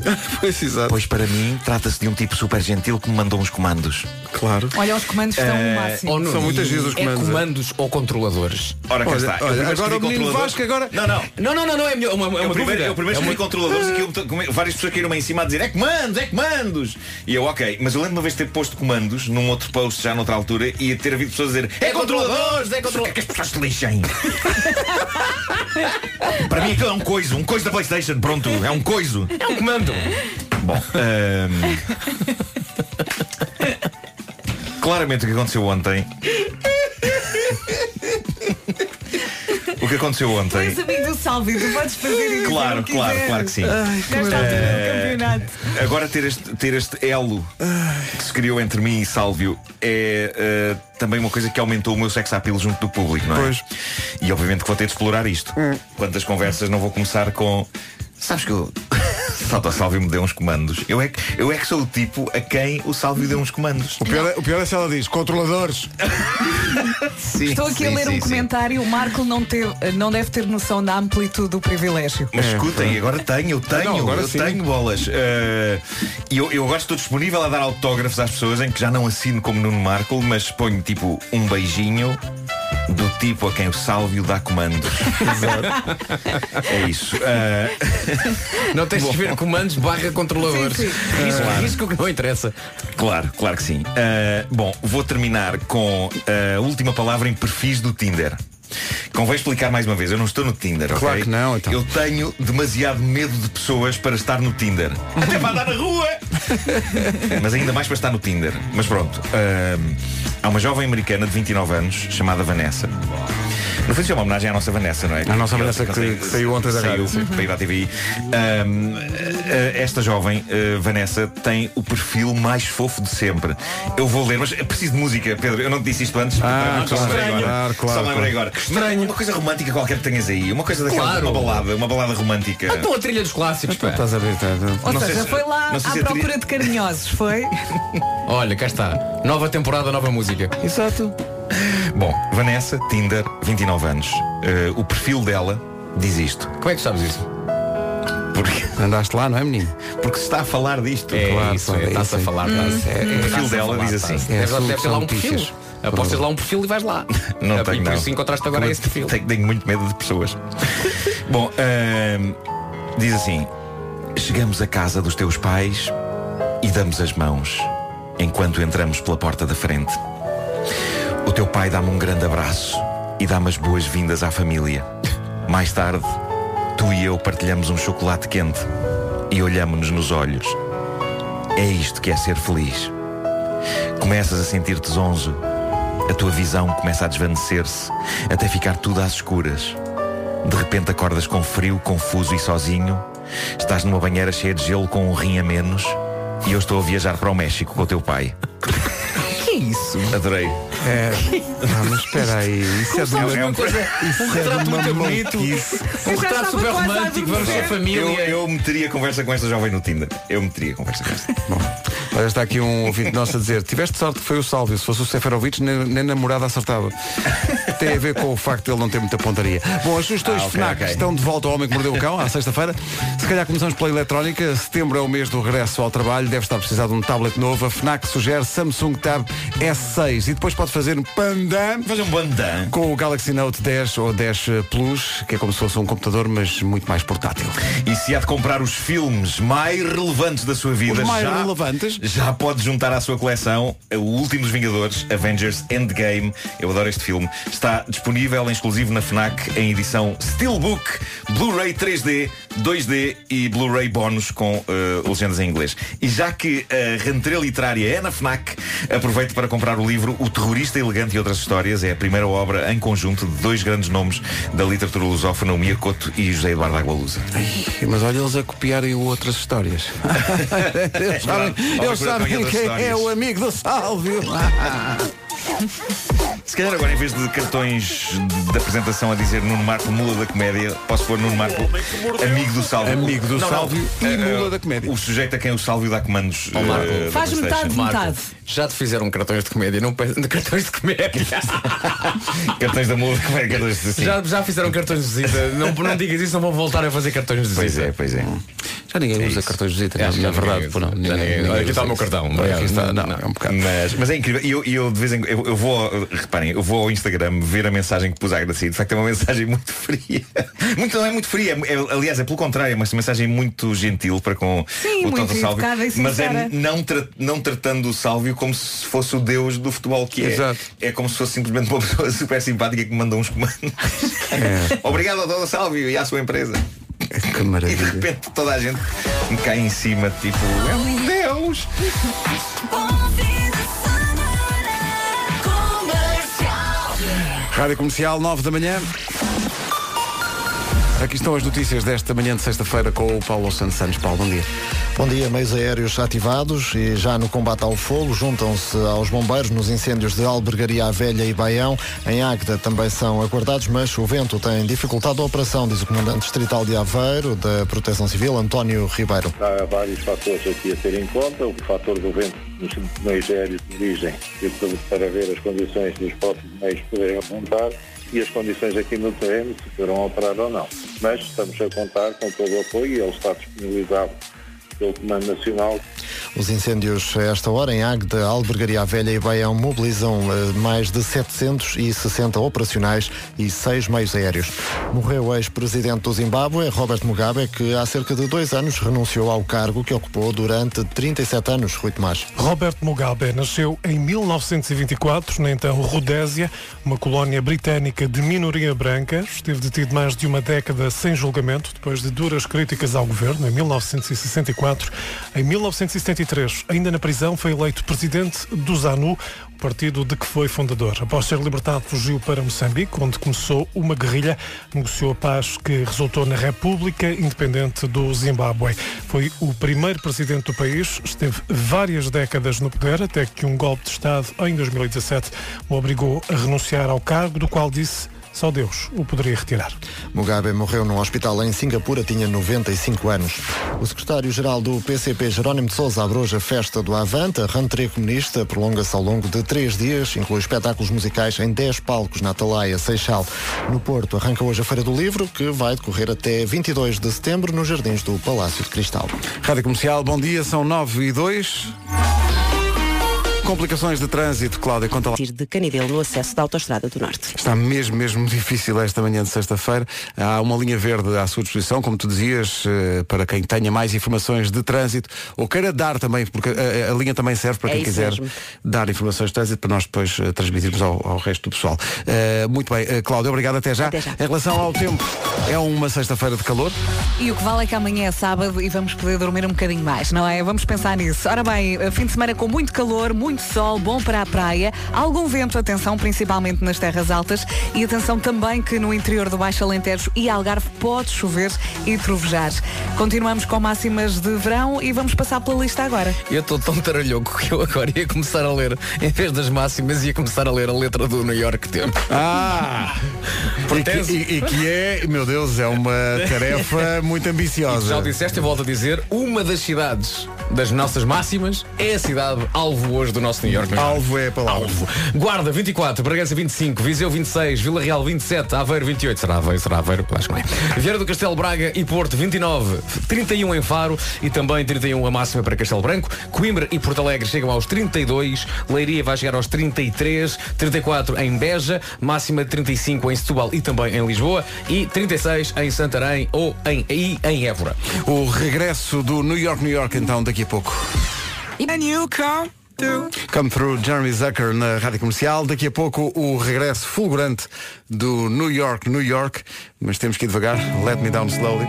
S1: pois,
S9: para mim, trata-se de um tipo super gentil que me mandou uns comandos.
S1: Claro.
S6: Olha, os comandos estão
S9: Eh,
S6: o
S9: oh,
S6: máximo.
S4: São muitas vezes os comandos. É comandos ou controladores.
S9: Ora, cá
S4: Olha,
S9: está. Eu
S4: olha,
S9: primeiro
S4: agora
S9: escrevi
S4: o menino
S9: controlador.
S4: Vasco agora-
S9: Não, não.
S4: Não, não, não, não, é melhor- uma- é uma
S9: eu primeiro,
S4: dúvida.
S9: eu primeiro
S4: É
S9: escrevi
S4: uma-
S9: controladores e que eu- como- é- várias pessoas caíram em cima a dizer é comandos, é comandos. E eu, ok, mas eu lembro uma vez de ter posto comandos num outro post já noutra altura e ter havido pessoas a dizer é controladores, é controladores. que as pessoas te lixem? Para mim aquilo é um coiso, um coiso da Playstation, pronto, é um coiso. É um comando. Bom, ahm, claramente o que aconteceu ontem. o que aconteceu ontem.
S6: És amigo do Salvi, tu podes fazer isso.
S9: Claro,
S6: se
S9: claro,
S6: quiseres.
S9: claro que sim.
S6: Ai, como Nesta altura do
S9: Eh,
S6: campeonato.
S9: Agora ter este, ter este elo que se criou entre mim e Sálvio é eh, também uma coisa que aumentou o meu sex appeal junto do público, não é? Pois. E obviamente que vou ter de explorar isto. Quantas conversas não vou começar com. Sabes que eu. Toto Sálvio me deu uns comandos. Eu é, que, eu é que sou o tipo a quem o Sálvio deu uns comandos.
S1: O pior, é, o pior é se ela diz, controladores.
S9: Sim,
S6: Estou aqui a
S9: sim,
S6: ler um
S9: sim, sim.
S6: comentário. O Marco não, teve, não deve ter noção da amplitude do privilégio.
S9: Mas escutem, agora tenho, eu tenho,
S6: É. Ah, Não, agora
S9: eu
S6: sim.
S9: tenho bolas. Eh, E eu, eu agora estou disponível a dar autógrafos às pessoas em que já não assino como Nuno Marco, mas ponho tipo um beijinho do tipo a quem o Sálvio dá comandos. é isso.
S4: Não tens de escrever comandos barra controladores.
S9: Sim, sim.
S4: Risco,
S9: Claro.
S4: risco que não interessa.
S9: Claro, claro que sim. Ah, bom, vou terminar com a última palavra em perfis do Tinder. Convém explicar mais uma vez, eu não estou no Tinder, ok?
S1: Claro que não, então.
S9: Eu tenho demasiado medo de pessoas para estar no Tinder. Até para andar na rua! Mas ainda mais para estar no Tinder. Mas pronto, hum, há uma jovem americana de 29 anos chamada Vanessa. No fundo, isso é uma homenagem à nossa Vanessa, não é?
S1: À nossa
S9: Ela-
S1: Vanessa
S9: ela
S1: que-
S9: saiu-
S1: que saiu ontem da rádio, sim.
S9: Saiu para ir à TVI. Hum, eh, esta jovem, eh, Vanessa, tem o perfil mais fofo de sempre. Eu vou ler, mas eu preciso de música, Pedro. Eu não te disse isto antes.
S1: Ah,
S9: portanto, só me
S1: claro,
S9: lembrei agora.
S1: claro, claro,
S9: Só me lembrei
S1: claro.
S9: agora. Estranho. Uma coisa romântica qualquer que tenhas aí. Uma coisa daquela,
S1: Claro.
S9: uma balada, uma balada romântica.
S1: É.
S6: Ah, então
S4: a trilha dos clássicos,
S1: pá. Estás a ver, tá,
S6: Ou
S1: estás
S6: seja, foi lá
S4: não sei
S6: à
S4: se é tri-
S6: procura de carinhosos, foi?
S4: Olha, cá está. Nova temporada, nova música.
S1: Exato.
S9: Bom, Vanessa, Tinder, 29 anos. Eh, o perfil dela diz isto.
S4: Como é que sabes isso?
S9: Porque
S1: andaste lá, não é menino?
S9: Porque se está a falar disto.
S4: É
S1: Claro,
S4: isso,
S1: claro,
S4: é,
S1: é
S4: está-se a
S1: isso, é.
S4: falar.
S1: Hum.
S4: está-se-
S1: O perfil
S4: está-se a
S1: dela
S4: falar,
S1: diz
S4: está-se.
S1: assim. É,
S4: Deve,
S1: são-
S4: deve ter lá
S1: são
S4: um perfil.
S1: pichas.
S4: Apostas
S1: Pronto.
S4: lá um perfil e vais lá.
S9: Não
S4: e
S9: tenho
S4: É, por
S9: não.
S4: isso encontraste
S1: é
S4: agora
S9: Como é
S4: esse perfil.
S9: Tenho, tenho muito medo de pessoas. Bom, ahm, diz assim: chegamos à casa dos teus pais e damos as mãos enquanto entramos pela porta da frente. O teu pai dá-me um grande abraço e dá-me as boas-vindas à família. Mais tarde, tu e eu partilhamos um chocolate quente e olhamos-nos nos olhos. É isto que é ser feliz. Começas a sentir-te zonzo. A tua visão começa a desvanecer-se até ficar tudo às escuras. De repente acordas com frio, confuso e sozinho. Estás numa banheira cheia de gelo com um rim a menos. E eu estou a viajar para o México com o teu pai.
S1: Que isso?
S9: Adorei.
S1: É. Ah, mas espera aí. Isso é de
S9: Começámos
S1: uma
S9: numa coisa-
S1: Isso
S9: um
S1: é de
S9: retrato
S1: uma
S9: muito bonito.
S1: maluquice.
S4: Um retrato super romântico, vamos ser família.
S9: Eu, eu meteria conversa com esta jovem no Tinder. Eu meteria conversa com esta.
S1: Olha, está aqui um ouvinte nosso a dizer Tiveste sorte que foi o Sálvio, se fosse o Seferovic nem, nem namorada acertava Tem a ver com o facto de ele não ter muita pontaria Bom, as sugestões
S9: Ah, ok,
S1: FNAC
S9: ok.
S1: estão de volta ao Homem que Mordeu o Cão À sexta-feira Se calhar começamos pela eletrónica Setembro é o mês do regresso ao trabalho Deve estar precisado de um tablet novo A FNAC sugere Samsung Tab S6 E depois pode fazer um pandan
S9: Fazer um pandan
S1: Com o Galaxy Note 10 ou 10 Plus Que é como se fosse um computador, mas muito mais portátil
S9: E se há de comprar os filmes mais relevantes da sua vida,
S1: Os mais
S9: já,
S1: relevantes?
S9: já pode juntar à sua coleção o último dos Vingadores, Avengers Endgame. Eu adoro este filme. Está disponível em exclusivo na FNAC em edição Steelbook, Blu-ray 3D, 2D e Blu-ray bónus com eh, legendas em inglês. E já que a rentrée literária é na FNAC, aproveite para comprar o livro O Terrorista Elegante e Outras Histórias. É a primeira obra em conjunto de dois grandes nomes da literatura lusófona, o Mia Couto e José Eduardo Agualusa.
S1: Mas olha eles a copiarem outras histórias Eles sabem, eles sabem quem é o amigo do Sálvio.
S9: Se calhar agora em vez de cartões de apresentação a dizer Nuno Marco Mula da Comédia, posso pôr Nuno Marco Amigo do Sálvio.
S1: Amigo do Sálvio e
S4: é,
S1: Mula
S9: da Comédia. é, O sujeito a quem o Sálvio dá comandos.
S4: Ó, Marco,
S9: eh, da
S6: Faz metade,
S9: PlayStation.
S6: metade.
S4: Já te fizeram cartões de comédia, não pe- de cartões de comédia.
S9: cartões da Mula da Comédia. cartões de- sim.
S4: Já, já fizeram cartões de visita. Não, não digas isso, não vão voltar a fazer cartões de visita.
S9: Pois é, pois é.
S1: Já ninguém usa cartões de visita,
S4: É,
S1: na-
S4: já
S1: na
S4: ninguém
S1: verdade.
S4: usa.
S1: pô, não,
S4: Já
S1: ninguém-
S4: ninguém-
S1: ninguém
S4: aqui está
S1: usa
S4: o meu
S1: isso.
S4: cartão.
S1: Aqui
S4: Obrigado.
S1: está, não,
S4: Não.
S1: é um bocado.
S9: Mas, mas é incrível, E eu, e eu de vez em eu, eu vou, ao- reparem, eu vou ao Instagram ver a mensagem que pus à Gracia. De facto é uma mensagem muito fria. Muito, não é muito fria, é- é- aliás, é pelo contrário, é uma mensagem muito gentil para com
S6: Sim,
S9: o
S6: muito
S9: Toto Sálvio.
S6: educada e
S9: Mas
S6: sincera.
S9: é não, tra- não tratando o Sálvio como se fosse o deus do futebol que é.
S1: Exato.
S9: É como se fosse simplesmente uma pessoa super simpática que me mandou uns comandos. Obrigado ao Toto Sálvio e à sua empresa.
S1: É. Que maravilha.
S9: E de repente toda a gente me cai em cima, tipo, é um Deus!
S1: Rádio Comercial, 9 da manhã. Aqui estão as notícias desta manhã de sexta-feira com o Paulo Santos Santos. Paulo, bom dia.
S7: Bom dia, meios aéreos ativados e já no combate ao fogo juntam-se aos bombeiros nos incêndios de Albergaria à Velha e Baião. Em Águeda também são aguardados, mas o vento tem dificultado a operação, diz o comandante distrital de Aveiro da Proteção Civil, António Ribeiro.
S13: Há vários fatores aqui a ter em conta. O fator do vento nos meios aéreos de origem, e tudo para ver as condições dos próprios meios poderem apontar e as condições aqui no terreno, se poderão operar ou não. Mas estamos a contar com todo o apoio e ele está disponibilizado pelo Comando Nacional.
S7: Os incêndios a esta hora em Águeda, Albergaria Velha e Baião mobilizam eh, mais de 760 operacionais e seis meios aéreos. Morreu o ex-presidente do Zimbábue, Robert Mugabe, que há cerca de dois anos renunciou ao cargo que ocupou durante 37 anos, Rui Tomás.
S16: Robert Mugabe nasceu em 1924 na então Rodésia, uma colónia britânica de minoria branca. Esteve detido mais de uma década sem julgamento, depois de duras críticas ao governo, em 1964. Em 1973, ainda na prisão, foi eleito presidente do ZANU, o partido de que foi fundador. Após ser libertado, fugiu para Moçambique, onde começou uma guerrilha. Negociou a paz que resultou na República Independente do Zimbábue. Foi o primeiro presidente do país, esteve várias décadas no poder, até que um golpe de Estado em 2017 o obrigou a renunciar ao cargo, do qual disse só Deus o poderia retirar.
S7: Mugabe morreu num hospital em Singapura, tinha 95 anos. O secretário-geral do PCP, Jerónimo de Sousa, abre hoje a festa do Avante. A rentrée comunista prolonga-se ao longo de três dias, inclui espetáculos musicais em 10 palcos na Atalaia, Seixal. No Porto, arranca hoje a Feira do Livro, que vai decorrer até 22 de setembro nos Jardins do Palácio de Cristal.
S1: Rádio Comercial, bom dia, são 9 e 2. Complicações de trânsito, Cláudia, conta lá.
S5: partir de Canidelo no acesso da Autostrada do Norte.
S1: Está mesmo, mesmo difícil esta manhã de sexta-feira. Há uma linha verde à sua disposição, como tu dizias, eh, para quem tenha mais informações de trânsito ou queira dar também, porque eh, a, linha também serve para
S5: É
S1: quem
S5: isso
S1: quiser
S5: mesmo.
S1: dar informações de trânsito para nós depois eh, transmitirmos ao, ao resto do pessoal. Eh, muito bem, eh, Cláudia, obrigado até já. Em relação ao tempo, é uma sexta-feira de calor.
S6: E o que vale é que amanhã é sábado e vamos poder dormir um bocadinho mais, não é? Vamos pensar nisso. Ora bem, eh, fim de semana com muito calor, muito sol, bom para a praia, algum vento, atenção, principalmente nas terras altas e atenção também que no interior do Baixo Alentejo e Algarve pode chover e trovejar. Continuamos com máximas de verão e vamos passar pela lista agora.
S4: Eu estou tão taralhoco que eu agora ia começar a ler, em vez das máximas, ia começar a ler a letra do New York Tempo.
S1: Ah! E que, e- e que é, meu Deus, é uma tarefa muito ambiciosa.
S4: E tu já o disseste, eu volto a dizer, uma das cidades das nossas máximas é a cidade alvo hoje do nosso New York.
S1: Alvo é a palavra.
S4: Alvo. Guarda 24, Bragança 25, Viseu 26, Vila Real 27, Aveiro 28. Será Aveiro? Será Aveiro? Acho que não é. Vieira do Castelo Braga e Porto 29, 31 em Faro e também 31 a máxima para Castelo Branco. Coimbra e Porto Alegre chegam aos 32, Leiria vai chegar aos 33, 34 em Beja, máxima de 35 em Setúbal e também em Lisboa e 36 em Santarém ou em, e em Évora.
S1: O regresso do New York, New York, então, daqui a pouco. Come through Jeremy Zucker na rádio comercial. Daqui a pouco o regresso fulgurante do New York, New York. Mas temos que ir devagar. Let me down slowly.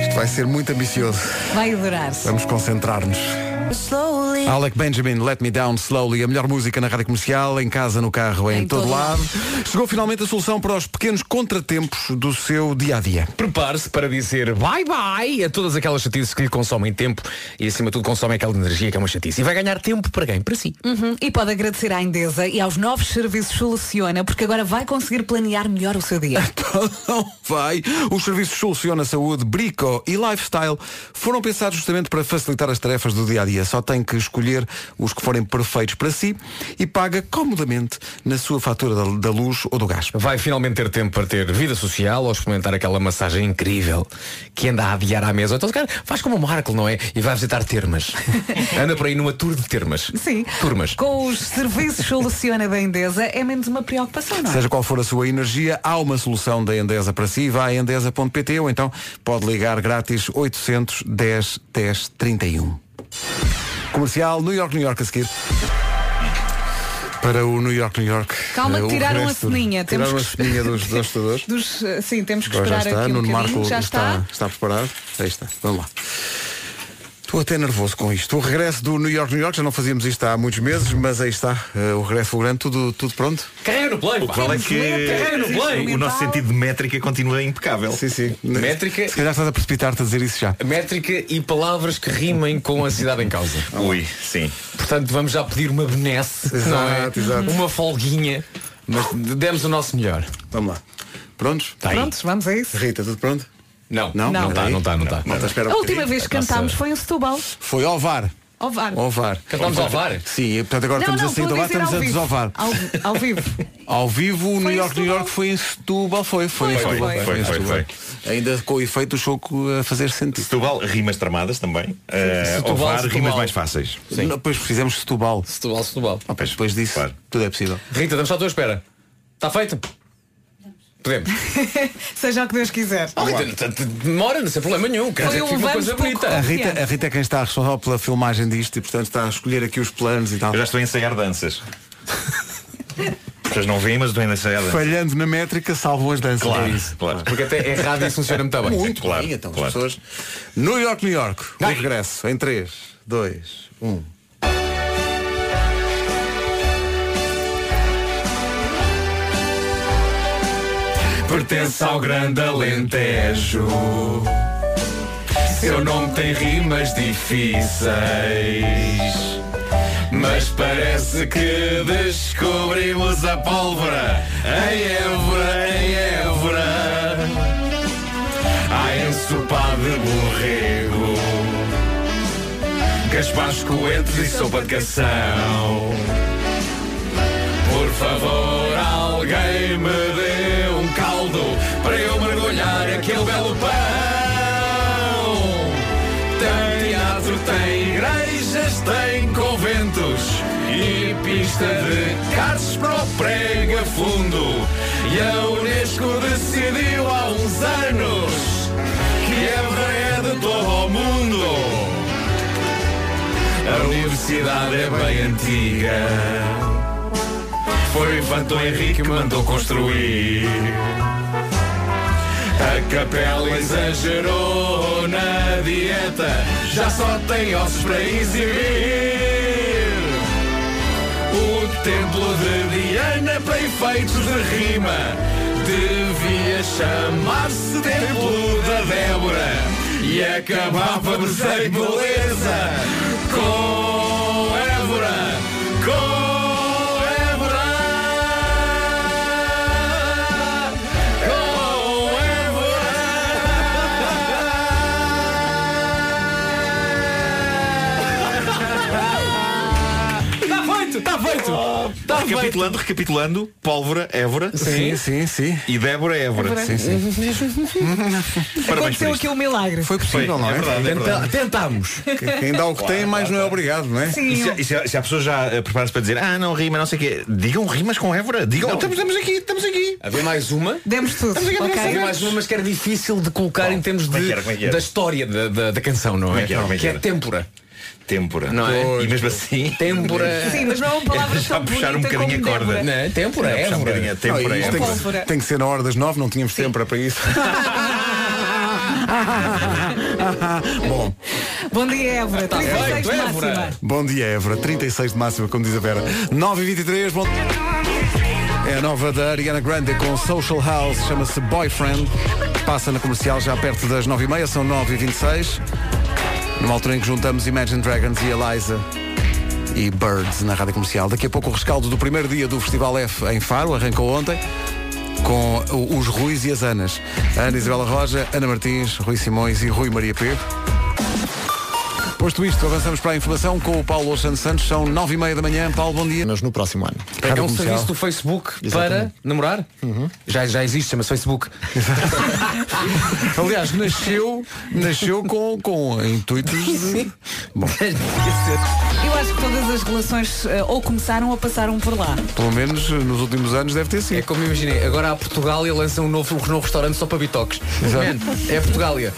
S1: Isto vai ser muito ambicioso.
S6: Vai adorar-se.
S1: Vamos concentrar-nos. Alec Benjamin, Let Me Down Slowly, a melhor música na rádio comercial, em casa, no carro, em, todo, lado. Chegou finalmente a solução para os pequenos contratempos do seu dia a dia.
S4: Prepare-se para dizer bye-bye a todas aquelas chatices que lhe consomem tempo e acima de tudo consomem aquela energia que é uma chatice. E vai ganhar tempo para quem? Para si.
S6: Uhum. E pode agradecer à Endesa e aos novos serviços Soluciona, porque agora vai conseguir planear melhor o seu dia.
S1: Vai! Os serviços Soluciona Saúde, Brico e Lifestyle foram pensados justamente para facilitar as tarefas do dia a dia. Só tem que escolher os que forem perfeitos para si e paga comodamente na sua fatura da, da luz ou do gás.
S4: Vai finalmente ter tempo para ter vida social ou experimentar aquela massagem incrível que anda a adiar à mesa. Então, se calhar, faz como o Marco, não é? E vai visitar termas. anda por aí numa tour de termas.
S6: Sim.
S4: Turmas.
S6: Com os serviços Soluciona da Endesa é menos uma preocupação, não é?
S1: Ah. Seja qual for a sua energia, há uma solução da Endesa para si. Vá a endesa.pt ou então pode ligar grátis 810 10 31. Comercial New York, New York a seguir. Para o New York, New York.
S6: Calma,
S1: eh, o
S6: tiraram a
S1: resto-
S6: ceninha. Temos
S1: Tiraram a
S6: que-
S1: ceninha dos, dos hostadores.
S6: Dos, eh, sim, temos que
S1: Agora já
S6: esperar
S1: está,
S6: aqui um
S1: Nuno
S6: bocadinho.
S1: Marco
S6: já está.
S1: está, está preparado. Aí está, vamos lá. Estou até nervoso com isto. O regresso do New York, New York, já não fazíamos isto há muitos meses, mas aí está. eh, o regresso grande, tudo, tudo pronto?
S4: Carrega no play,
S9: O que vale é que o nosso sentido de métrica continua impecável.
S1: Sim, sim.
S4: Métrica,
S1: Se calhar estás a precipitar-te a dizer isso já.
S4: métrica e palavras que rimem com a cidade em causa.
S9: Ui, sim.
S4: Portanto, vamos já pedir uma benesse,
S1: Exato,
S4: não é?
S1: exato.
S4: uma folguinha, mas demos o nosso melhor.
S1: Vamos lá. Prontos?
S4: Tá aí.
S6: Prontos, vamos a isso.
S1: Rita, tudo pronto?
S4: Não,
S1: não,
S6: Não.
S1: Espera aí.
S12: é?
S4: não está, não está.
S1: Malta, espera um
S6: A última
S1: bocadinho.
S6: vez que cantámos foi em Setúbal.
S1: Foi ao VAR.
S6: Ovar.
S1: Ovar.
S4: Cantámos ao VAR?
S1: Sim, e, portanto agora
S6: Não,
S1: estamos
S6: não,
S1: a sair
S6: estou
S1: do VAR,
S6: dizer
S1: estamos
S6: ao
S1: a
S6: vivo.
S1: desovar.
S6: Ao, ao vivo.
S1: Ao vivo, o New York, New York foi em Setúbal, foi, foi,
S12: Foi,
S1: em Setúbal.
S12: foi,
S1: Foi em
S12: foi,
S1: Setúbal. Ainda com o efeito do choco a fazer sentido.
S12: Setúbal, rimas tramadas também. Eh,
S1: Setúbal,
S12: ovar,
S1: Setúbal.
S12: rimas mais fáceis.
S1: Sim. Depois fizemos Setúbal.
S4: Setúbal, Setúbal.
S1: depois disso, tudo é possível.
S4: Rita, estamos à tua espera. Está feito? Podemos.
S6: Seja o que Deus quiser.
S4: Oh, Rita, t- t- demora, não sem problema nenhum. Quer
S6: Foi
S4: dizer que
S6: um
S4: fica uma
S6: vamos
S4: coisa
S6: pouco
S4: bonita.
S1: A Rita, a Rita é quem está responsável pela filmagem disto e portanto está a escolher aqui os planos e tal.
S12: Eu já estou a ensaiar danças. As pessoas não veem, mas estou a ensaiar danças.
S1: Falhando na métrica, salvam as danças.
S12: Claro,
S1: é isso.
S12: claro.
S4: Porque até é rádio e funciona muito bem.
S1: Muito
S4: Claro,
S1: bem, então
S4: claro.
S1: as pessoas. New York, New York. O regresso em um. 3, 2, 1.
S9: Pertence ao grande Alentejo. Seu nome tem rimas difíceis. Mas parece que descobrimos a pólvora em Évora, em Évora. Há ensopado de borrego, gaspares coentros e sopa de cação. Por favor, alguém me dê um caldo para eu mergulhar aquele belo pão. Tem teatro, tem igrejas, tem conventos e pista de carros para o prego a fundo. E a Unesco decidiu há uns anos que Évora é de todo o mundo. A universidade é bem antiga. Foi o infanto Henrique que mandou construir A capela exagerou na dieta Já só tem ossos para exibir O templo de Diana para efeitos de rima Devia chamar-se Templo da Débora E acabava de ser beleza Com Évora Com Évora
S4: Está feito, está feito. Está
S12: recapitulando, recapitulando, pólvora, Évora.
S1: Sim, sim, sim.
S12: E Débora, Évora.
S6: Évora.
S12: Parabéns por
S6: Aconteceu
S12: isto.
S6: aqui um milagre.
S1: Foi possível, não é?
S4: Então, tentámos.
S1: Quem dá o que tem, mais não é obrigado, não é?
S12: E
S6: Então-
S12: se, e se a- se a pessoa já eh, prepara-se para dizer Ah, não rima, não sei o quê Digam rimas com Évora Digam, "Então
S4: Não.
S12: estamos, estamos aqui, estamos aqui
S4: Havia mais uma?
S6: Demos tudo.
S4: Havia
S6: Ok.
S4: mais uma, mas que era difícil de colocar em termos
S12: como é
S4: de-
S12: que era, como é que era?
S4: da história da, da- da canção, não
S12: Como
S4: é?
S12: é que era, como é que
S4: que é
S12: era?
S4: têmpora.
S12: Têmpora
S4: Não é?
S12: E mesmo assim
S4: Têmpora.
S6: Sim, mas não é uma palavra
S12: Já
S6: tão
S12: puxar um
S6: bonita
S12: bocadinho
S6: como
S12: a corda.
S6: Débora.
S9: né?
S12: Não
S4: É, têmpora,
S12: Não, puxar um
S4: Évora.
S12: bocadinho a têmpora,
S1: Não, isto é tem, que,
S6: Pólvora.
S1: ser- tem que ser na hora das nove, não tínhamos tempo para isso. Bom,
S6: Bom dia, Évora.
S4: Tá É
S6: 36 de máxima.
S1: bom dia, Évora. 36 de máxima, como diz a Vera. 9 e 23 bom É a nova da Ariana Grande com Social House, chama-se Boyfriend. Passa na comercial já perto das 9h30, são 9h26. Numa altura em que juntamos Imagine Dragons e Eliza e Birds na rádio comercial. Daqui a pouco o rescaldo do primeiro dia do Festival F em Faro, arrancou ontem. Com o- os Ruiz e as Anas. Ana Isabela Roja, Ana Martins, Rui Simões e Rui Maria Pedro. Posto isto, avançamos para a informação com o Paulo Santos Santos. São 9h30 da manhã. Paulo, bom dia.
S7: Mas no próximo ano.
S4: É
S1: Rádio
S4: um
S1: Comercial.
S4: serviço do Facebook
S1: Exatamente. Uhum.
S4: para namorar? Já, já existe, chama-se Facebook.
S1: Aliás, nasceu, nasceu com, com intuitos de. Bom,
S6: Eu acho que todas as relações eh, ou começaram ou passaram por lá.
S1: pelo menos eh, nos últimos anos deve ter sido.
S4: É como imaginei, agora a Portugália lança um novo, um novo restaurante só para bitoques. Man, É a Portugália.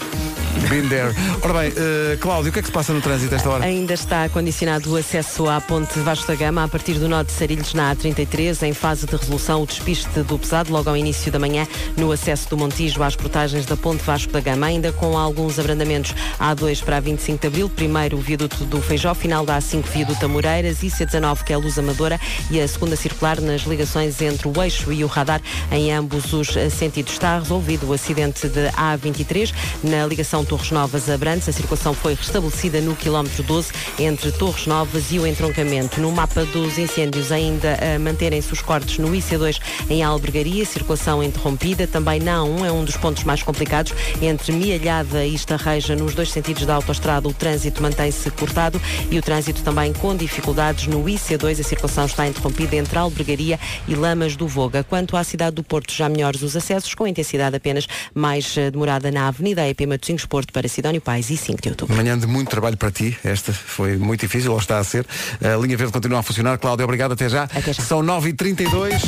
S1: Been there. Ora bem, eh, Cláudio, o que é que se passa no trânsito a esta hora?
S5: Ainda está condicionado o acesso à ponte Vasco da Gama a partir do nó de Sarilhos na A33, em fase de resolução o despiste do pesado logo ao início da manhã no acesso do Montijo às portagens da ponte Vasco da Gama, ainda com alguns abrandamentos A2 para a 25 de Abril, primeiro o viaduto do Feijó, final da A5 viaduto a Moreiras e C19 que é a Luz Amadora e a segunda circular nas ligações entre o eixo e o radar em ambos os eh, sentidos. Está resolvido o acidente de A23 na ligação Torres Novas a Abrantes. A circulação foi restabelecida no quilómetro 12 entre Torres Novas e o entroncamento. No mapa dos incêndios ainda a manterem-se os cortes no IC2 em Albergaria, circulação interrompida. Também na A1 é um dos pontos mais complicados entre Mialhada e Estarreja nos dois sentidos da autoestrada. O trânsito mantém-se cortado e o trânsito também com dificuldades no IC2. A circulação está interrompida entre Albergaria e Lamas do Voga. Quanto à cidade do Porto, já melhores os acessos, com intensidade apenas mais eh, demorada na Avenida EP Matosinhos Porto para Sidónio Pais e 5 de outubro.
S1: Manhã de muito trabalho para ti. Esta foi muito difícil, ou está a ser. A linha verde continua a funcionar. Cláudia, obrigado. Até já. São 9h32.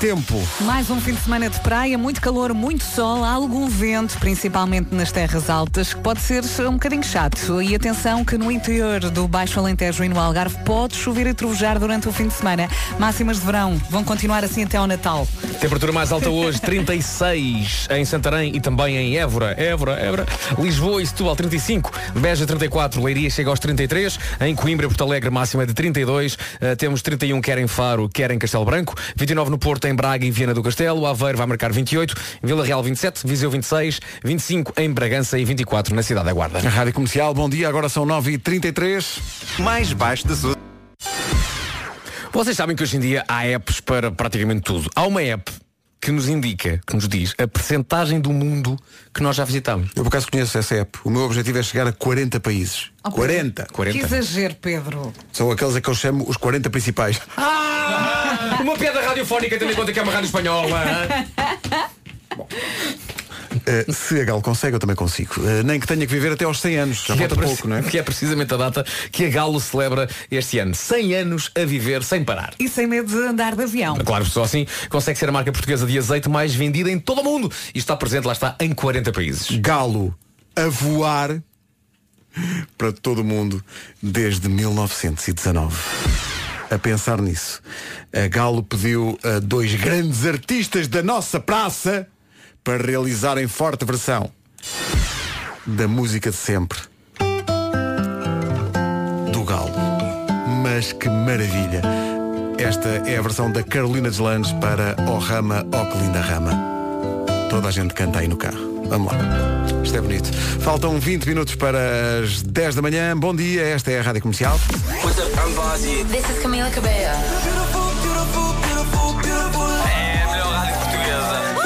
S1: Tempo.
S6: Mais um fim de semana de praia, muito calor, muito sol, algum vento, principalmente nas terras altas, que pode ser um bocadinho chato. E atenção que no interior do Baixo Alentejo e no Algarve pode chover e trovejar durante o fim de semana. Máximas de verão vão continuar assim até ao Natal.
S4: Temperatura mais alta hoje, 36 em Santarém e também em Évora. Évora, Évora. Lisboa e Setúbal, 35. Beja, 34. Leiria chega aos 33. Em Coimbra, Porto Alegre, máxima de 32. Eh, temos 31 quer em Faro, quer em Castelo Branco. 29 no Porto, em Braga e Viana do Castelo. Aveiro vai marcar 28. Vila Real, 27. Viseu, 26. 25 em Bragança e 24 na Cidade da Guarda.
S1: A Rádio Comercial, bom dia. Agora são 9h33.
S4: Mais baixo de sul. Vocês sabem que hoje em dia há apps para praticamente tudo. Há uma app que nos indica, que nos diz a percentagem do mundo que nós já visitámos.
S1: Eu por acaso conheço essa app. O meu objetivo é chegar a 40 países. 40.
S6: Que exagero, Pedro.
S1: São aqueles a que eu chamo os 40 principais.
S4: Ah! Uma piada radiofónica tendo em conta que é uma rádio espanhola.
S1: Uh, se a Gal consegue, eu também consigo. Uh, nem que tenha que viver até aos 100 anos. Já
S4: que, é
S1: falta
S4: preci-
S1: pouco, não é?
S4: que é precisamente a data que a Galo celebra este ano. 100 anos a viver sem parar.
S6: E sem medo de andar de avião.
S4: Claro, só assim consegue ser a marca portuguesa de azeite mais vendida em todo o mundo. E está presente, lá está, em 40 países.
S1: Galo a voar para todo o mundo desde 1919. A pensar nisso, a Galo pediu a dois grandes artistas da nossa praça para realizarem forte versão da música de sempre do Galo. Mas que maravilha! Esta é a versão da Carolina Deslandes para O Rama, O Que Linda Rama. Toda a gente canta aí no carro. Vamos lá. Isto é bonito. Faltam 20 minutos para as 10 da manhã. Bom dia, esta é a Rádio Comercial.
S9: What's up, I'm Bozzy. This is Camila Cabello. É a melhor rádio portuguesa.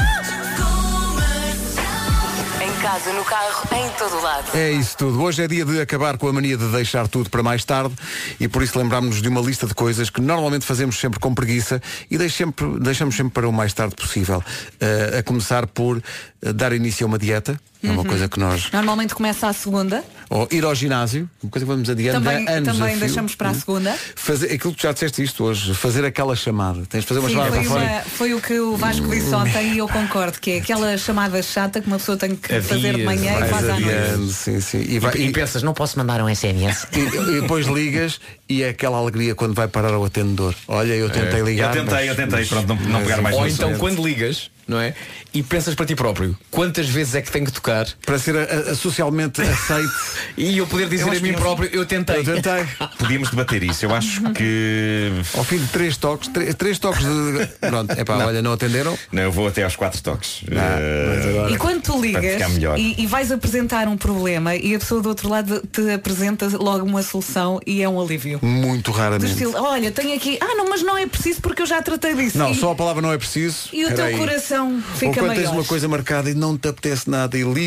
S3: Em casa, no carro, em todo lado.
S1: É isso tudo. Hoje é dia de acabar com a mania de deixar tudo para mais tarde e por isso lembramos-nos de uma lista de coisas que normalmente fazemos sempre com preguiça e deixe- sempre- deixamos sempre para o mais tarde possível. Eh, a começar por eh, dar início a uma dieta, é uma
S6: Uhum.
S1: coisa que nós.
S6: Normalmente começa à segunda.
S1: Ou ir ao ginásio, uma coisa que vamos adiando
S6: Também,
S1: há anos a
S6: também
S1: fio. Uhum.
S6: deixamos para a segunda.
S1: Fazer aquilo que já disseste isto hoje, fazer aquela chamada. Tens de fazer uma
S6: Sim,
S1: chamada
S6: foi,
S1: para fora.
S6: uma- foi o que o Vasco disse ontem e eu concordo, que é aquela chamada chata que uma pessoa tem que fazer de manhã e
S1: Vais
S6: faz à noite.
S1: adiando, sim, sim. E, vai, e,
S4: pensas, não posso mandar um SMS.
S1: E, e depois ligas e é aquela alegria quando vai parar ao atendedor. Olha, eu tentei
S4: É.
S1: ligar.
S17: Eu tentei, eu tentei, pronto, não- não pegar mais
S1: é
S4: Ou
S17: no
S4: então
S17: assunto.
S4: quando ligas, não é? E pensas para ti próprio, quantas vezes é que tenho que tocar
S1: para ser socialmente aceite
S4: e eu poder dizer
S17: Eu
S4: a
S17: acho
S4: mim
S17: que-
S4: próprio, eu tentei.
S1: é assim. Eu tentei.
S17: Podíamos debater isso. Eu acho que.
S1: Ao fim de três toques, três, três toques de. Pronto, é pá, olha, não atenderam?
S17: Não, eu vou até aos quatro toques.
S1: Ah.
S17: Eh,
S6: E quando tu
S17: Para ficar
S6: ligas
S17: melhor.
S6: e, e vais apresentar um problema e a pessoa do outro lado te apresenta logo uma solução e é um alívio.
S1: Muito
S6: Do
S1: raramente.
S6: estilo, olha, tenho aqui, ah não, mas não é preciso porque eu já tratei disso.
S1: Não,
S6: e,
S1: só a palavra não é preciso.
S6: e o teu
S1: Peraí.
S6: coração
S1: Ou
S6: fica
S1: quando tens
S6: maior.
S1: uma coisa marcada e não te apetece nada e liga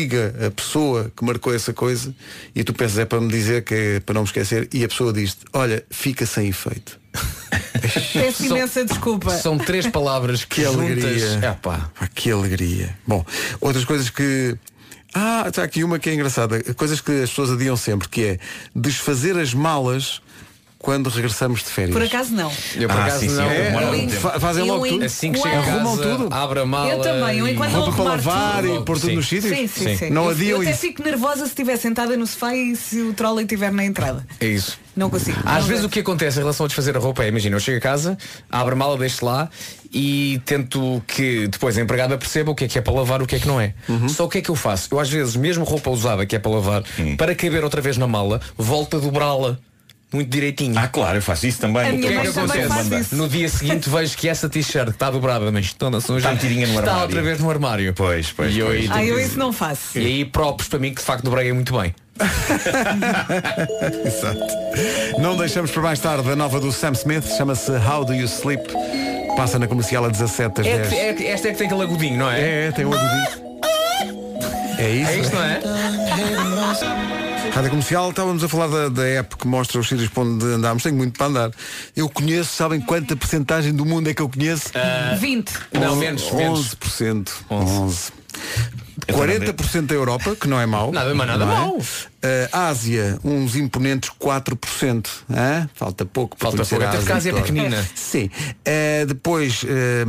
S1: a pessoa que marcou essa coisa e tu pensas é para me dizer que é para não me esquecer e a pessoa diz-te, olha, fica sem efeito.
S6: Peço imensa desculpa.
S4: São três palavras que,
S1: Que
S4: juntas.
S1: alegria.
S4: É pá.
S1: Pá, Que alegria. Bom, outras coisas que. Ah, está aqui uma que é engraçada. Coisas que as pessoas adiam sempre, que é desfazer as malas quando regressamos de férias.
S6: Por acaso não.
S4: Eu por acaso não.
S1: É,
S4: demora algum
S1: fa-
S4: tempo.
S1: fazem logo tudo.
S4: Assim que chega a
S1: Arrumam
S4: casa,
S1: tudo.
S4: Abre a mala.
S6: Eu também, eu enquanto
S1: Roupa
S6: não
S1: para
S6: arrumar
S1: lavar
S6: tudo.
S1: e pôr tudo nos sítios?
S6: Sim, sim, sim.
S1: Não
S6: Eu-
S1: adiam
S6: eu até
S1: isso.
S6: fico nervosa se estiver sentada no sofá e se o trolley estiver na entrada.
S4: É isso.
S6: Não consigo.
S4: Às
S6: Não
S4: vezes o que acontece em relação a desfazer a roupa é, imagina, eu chego a casa, abro a mala, deixo lá e tento que depois a empregada perceba o que é que é para lavar, o que é que não é.
S9: Uhum.
S4: Só o que é que eu faço? Eu às vezes, mesmo roupa usada que é para lavar, para caber outra vez na mala, volto a dobrá-la. muito direitinho.
S9: Ah, claro, eu faço isso também.
S4: O
S9: não
S4: que
S9: tenho
S4: é que
S9: problema
S4: acontece?
S9: nenhum de mandar.
S4: No dia seguinte vejo que essa t-shirt está dobrada, mas toda suja.
S9: Está metirinha no
S4: Está
S9: armário.
S4: outra vez no armário.
S9: Pois, pois.
S4: E eu, aí,
S6: Ah, eu isso não faço.
S4: e aí próprios para mim que de facto dobrei muito bem.
S1: Exato. Não deixamos para mais tarde a nova do Sam Smith, chama-se How Do You Sleep. Passa na comercial a 17 às
S4: É,
S1: 10.
S4: que- é que- esta é que tem aquele agudinho, não é?
S1: É, tem um agudinho. É isso?
S4: É isto, não é?
S1: Rádio Comercial, estávamos a falar da, da app que mostra os sítios para onde andámos. Tenho muito para andar. Eu conheço, sabem quanta porcentagem do mundo é que eu conheço?
S6: 20.
S4: Não, menos,
S1: 11%.
S4: menos.
S1: 11%. 40% da Europa, que não é mau.
S4: Nada, mas nada
S1: não é?
S4: mau.
S1: Eh, Ásia, uns imponentes 4%. hã? Falta pouco para
S4: Falta
S1: conhecer
S4: pouco, até porque a Ásia é
S1: toda.
S4: pequenina.
S1: Sim. Eh, depois, eh,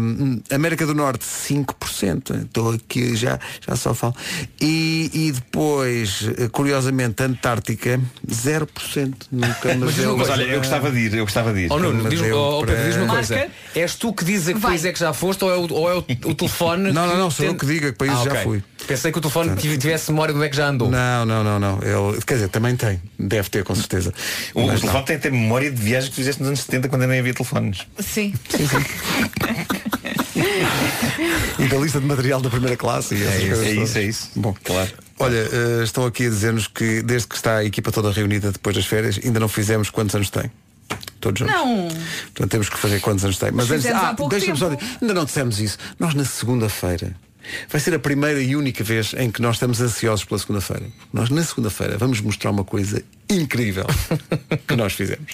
S1: América do Norte, 5%. Estou aqui, já, já só falo. E, e depois, eh, curiosamente, Antártica, 0%. Nunca me
S9: Mas,
S1: deu
S9: olha, eu gostava de ir, eu gostava de ir.
S4: Oh, Nuno,
S1: Mas
S4: diz,
S1: eu
S4: oh, oh, Pedro,
S1: para-
S4: diz uma
S1: Marca.
S4: coisa. És tu que diz a que país é que já foste ou é o, ou é o- o telefone?
S1: Não, não, não, sou
S4: tem-
S1: eu que digo a que país
S4: Ah,
S1: já
S4: ok.
S1: fui.
S4: Pensei que o telefone tiv- tivesse memória de onde é que já andou.
S1: Não, não, não, não. Ele, quer dizer, também tem. Deve ter, com certeza.
S9: O
S1: Mas não.
S9: telefone
S12: é
S9: tem até memória de viagens que fizeste nos anos 70 quando ainda nem havia telefones.
S18: Sim.
S1: E da lista de material da primeira classe.
S9: É isso, é isso, é isso.
S1: Bom,
S9: claro.
S1: Olha, eh, estão aqui a dizer-nos que desde que está a equipa toda reunida depois das férias, ainda não fizemos quantos anos tem. Todos juntos.
S18: Não.
S1: Portanto, temos que fazer quantos anos tem. Mas antes,
S18: Fizemos há
S1: ah,
S18: pouco
S1: deixa-me só
S18: tempo.
S1: dizer, ainda não dissemos isso. Nós na segunda-feira. Vai ser a primeira e única vez em que nós estamos ansiosos pela segunda-feira. Nós na segunda-feira vamos mostrar uma coisa incrível que nós fizemos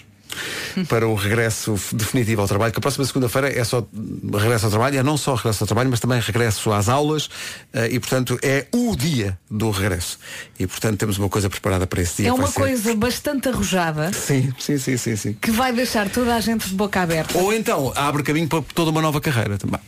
S1: para o regresso f- definitivo ao trabalho, que a próxima segunda-feira é só hum, regresso ao trabalho, é não só regresso ao trabalho, mas também regresso às aulas eh, e, portanto, é o dia do regresso. E, portanto, temos uma coisa preparada para esse dia.
S6: É
S1: que vai
S6: uma
S1: ser-
S6: coisa bastante arrojada
S1: Sim, sim, sim, sim, sim.
S6: que vai deixar toda a gente de boca aberta.
S1: Ou então abre caminho para toda uma nova carreira também.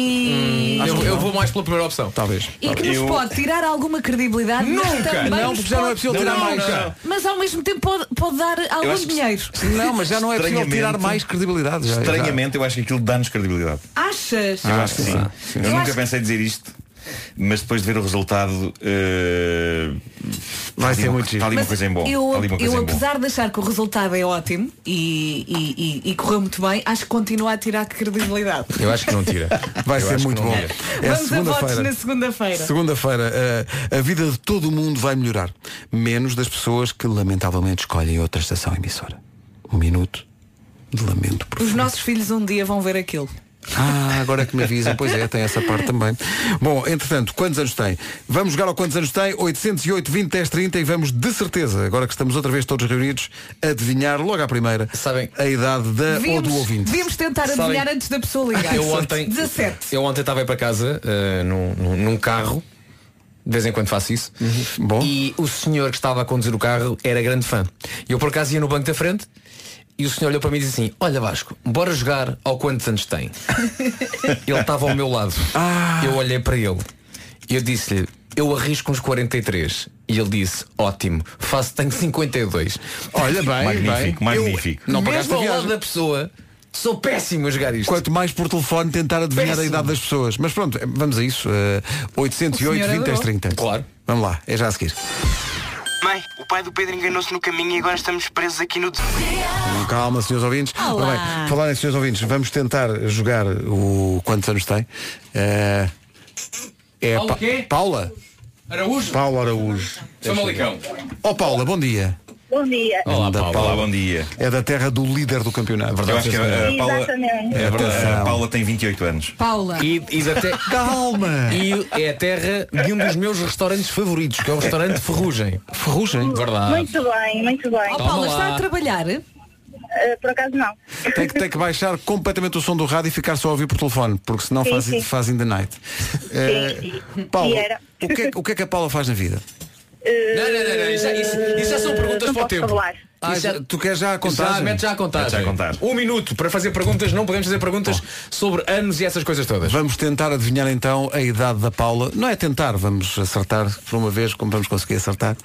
S6: E.
S1: Acho
S4: Eu,
S1: que
S4: eu
S1: não.
S4: vou mais pela primeira opção.
S1: Talvez.
S6: E que nos
S1: Hum. Eu-
S6: pode tirar alguma credibilidade mas
S1: Nunca!
S6: também
S1: Não,
S6: nos
S1: porque já não é
S6: pode-
S1: possível tirar Não, mais. não.
S6: Mas ao mesmo tempo pode, pode dar algum
S9: acho que-
S6: dinheiro
S1: Não, mas já não é possível
S9: Estranhamente-
S1: tirar mais credibilidade. Já, já.
S9: Estranhamente, eu acho que aquilo dá-nos credibilidade.
S6: Achas?
S9: Eu acho que sim.
S1: sim.
S9: Eu
S1: Eu
S9: nunca
S1: acho-
S9: pensei dizer isto, mas depois de ver o resultado, eh,
S1: Vai
S9: está
S1: ser
S9: ali-
S1: muito giro.
S9: Está ali uma
S6: Mas
S9: coisa em bom.
S6: Eu,
S9: Está ali uma coisa
S6: eu
S9: em bom.
S6: apesar de achar que o resultado é ótimo e, e- e- e correu muito bem, acho que continua a tirar credibilidade.
S4: Eu acho que não tira.
S1: Vai
S4: Eu
S1: ser
S4: acho
S1: muito
S4: que não
S1: bom.
S4: tira.
S1: É
S6: Vamos a votos
S1: segunda-feira.
S6: na segunda-feira.
S1: Segunda-feira, eh, a vida de todo o mundo vai melhorar, menos das pessoas que lamentavelmente escolhem outra estação emissora. Um minuto de lamento.
S6: Os nossos filhos um dia vão ver aquilo.
S1: Ah, agora é que me avisam, pois é, tem essa parte também. Bom, entretanto, quantos anos tem? Vamos jogar ao quantos anos tem? 808, 20, 10, 30 e vamos de certeza, agora que estamos outra vez todos reunidos, adivinhar logo à primeira a idade da Eh, ou do ouvinte.
S6: devíamos tentar
S4: Sabem-
S6: adivinhar antes da pessoa ligar.
S4: Eu ontem,
S6: 17.
S4: eu ontem estava aí para casa eh, num, num- num carro, de vez em quando faço isso, e o senhor que estava a conduzir o carro era grande fã. E eu por acaso ia no banco da frente e o senhor olhou para mim e disse assim, olha Vasco, bora jogar ao quantos anos tem. ele estava ao meu lado. Eu olhei para ele e eu disse-lhe, eu arrisco uns 43. E ele disse, ótimo, faço, tenho 52.
S1: Olha bem,
S9: Magnífico,
S1: bem.
S9: magnífico.
S1: Não pagaste
S4: Mesmo
S1: a
S4: ao lado
S1: viagem.
S4: da pessoa, sou péssimo a jogar isto.
S1: Quanto mais por telefone tentar adivinhar a
S4: Péssimo.
S1: idade das pessoas. Mas pronto, vamos a isso. eh, 808,
S19: O senhor
S1: 20, 10,
S19: adorou.
S1: 30. Claro. Vamos lá, é já a seguir.
S19: Mãe, o pai do Pedro enganou-se no caminho e agora estamos presos aqui no.
S1: Calma, senhores ouvintes.
S19: Olá.
S1: Ora Bem, falar em senhores ouvintes, vamos tentar jogar o quantos anos tem. Eh, é
S2: Paulo
S1: Pa-
S2: quê?
S1: Paula?
S2: Araújo?
S1: Paulo Araújo.
S2: Famalicão.
S1: Oh Paula, bom dia.
S20: Bom dia.
S1: Olá,
S9: Paula. Olá, bom dia.
S1: É da terra do líder do campeonato.
S9: Eu acho que
S1: é,
S9: a, a Paula,
S20: Exatamente.
S9: a- a,
S1: Atenção.
S9: Paula tem 28 anos.
S6: Paula.
S4: E, e da te-
S1: Calma.
S4: E é a terra de um dos meus restaurantes favoritos, que é o restaurante Ferrugem.
S1: Ferrugem?
S4: Verdade.
S20: Muito bem, muito bem. Eh,
S1: Oh, Paula, está a
S6: trabalhar?
S20: por acaso não.
S1: Tem que, tem que baixar completamente o som do rádio e ficar só a ouvir por telefone, porque senão
S20: Sim,
S1: faz,
S20: sim.
S1: faz in the night. Eh,
S20: E
S1: Paula,
S20: era.
S1: o que, é, que- o que é que a Paula faz na vida?
S20: Não,
S4: não, não, isso já- isso- isso já são perguntas
S20: não
S4: para o
S20: posso
S4: tempo.
S20: Falar.
S1: Ah, já- tu queres já a contagem?
S4: Já, mete já a contagem.
S1: Mete já a
S4: Um minuto para fazer perguntas, não podemos fazer perguntas sobre anos e essas coisas todas.
S1: Vamos tentar adivinhar então a idade da Paula. Não é tentar, vamos acertar por uma vez, como vamos conseguir acertar.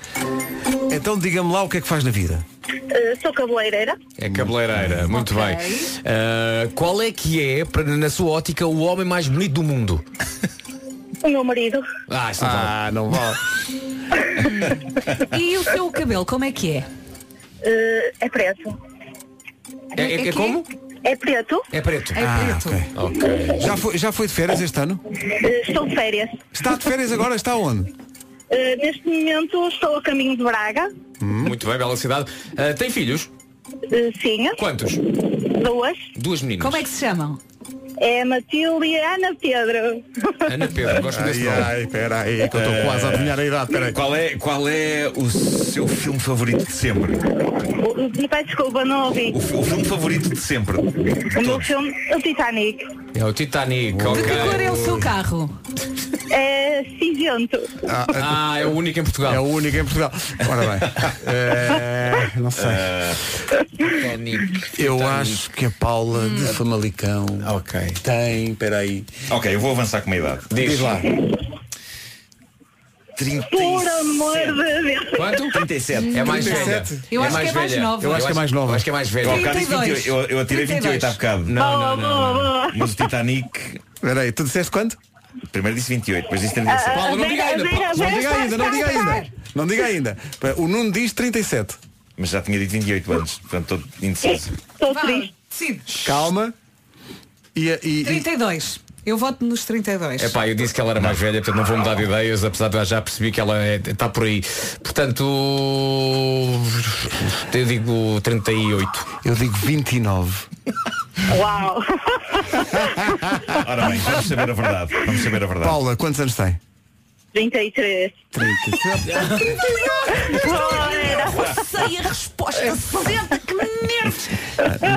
S1: Então diga-me lá o que é que faz na vida.
S20: Eh, sou cabeleireira.
S4: É cabeleireira, muito bem. Ah, qual é que é, para- na sua ótica, o homem mais bonito do mundo?
S20: O meu marido.
S4: Ah, isso
S1: não vale.
S4: não vale.
S6: E o seu cabelo, como é que é?
S20: Eh, é preto.
S1: É- é- é como?
S20: É preto.
S1: É preto.
S20: É preto.
S1: ok. Já, foi, já foi de férias este ano?
S20: Eh, estou de férias.
S1: Está de férias agora? Está onde?
S20: Eh, neste momento estou a caminho de Braga.
S21: Muito bem, bela cidade. Ah, tem filhos?
S20: Eh, sim.
S21: Quantos?
S20: Duas.
S21: Duas meninas.
S20: é que se chamam? É Matilde e Ana Pedro.
S21: Ana Pedro, gosto
S1: Ai,
S21: desse nome.
S1: ai, espera aí, que eu estou
S9: Eh,
S1: quase a adivinhar a idade. Espera aí.
S9: Qual é, qual é o seu filme favorito de sempre?
S20: O- Me peço desculpa, não ouvi.
S9: O, fi- o filme favorito de sempre?
S20: O meu filme, o Titanic.
S21: É o Titanic, ok.
S20: seu carro? É cinzento.
S21: Ah, é o único em Portugal.
S1: É o único em Portugal. Ora bem. Eh, não sei. eu acho que a Paula de Famalicão tem, peraí.
S9: Ah, Ok, eu vou avançar com uma idade.
S1: Diz. lá.
S9: 30.
S20: Por amor de Deus.
S21: Quanto?
S9: 37.
S21: É mais velha.
S20: 37. Eu acho que é mais
S21: velha.
S20: nova. Eu acho que é
S1: mais nova.
S21: Eu acho que é mais velha.
S9: Eu, há bocado disse
S20: 32.
S9: 28, eu, eu atirei 28 há bocado.
S20: Boa, boa, boa.
S9: Mas o Titanic.
S1: Peraí, tu disseste quanto?
S9: Primeiro disse 28, depois disse
S20: Ah,
S9: 37.
S20: ah,
S1: Paulo, não
S20: a
S1: diga
S20: ver-
S1: ainda,
S20: a ver-
S6: é
S1: Paulo, não
S20: a ver-
S1: diga
S20: vai,
S1: ainda, não
S20: vai,
S1: diga
S20: vai.
S1: ainda. Não diga ainda. O Nuno diz 37.
S9: Mas já tinha dito 28 anos, portanto estou indeciso.
S20: Estou triste.
S6: Sim.
S1: Calma. E, e,
S6: 32. Eu voto nos 32.
S21: É pá, eu disse que ela era mais velha, portanto não vou mudar de ideias, apesar de eu já percebi que ela está por aí. Portanto, eu digo 38.
S1: Eu digo 29.
S20: Uau.
S9: Ora bem, vamos saber a verdade. Vamos saber a verdade.
S1: Paula, quantos anos tem?
S20: 33.
S1: 37.
S20: Ora.
S22: Sei a resposta, senta que nervos.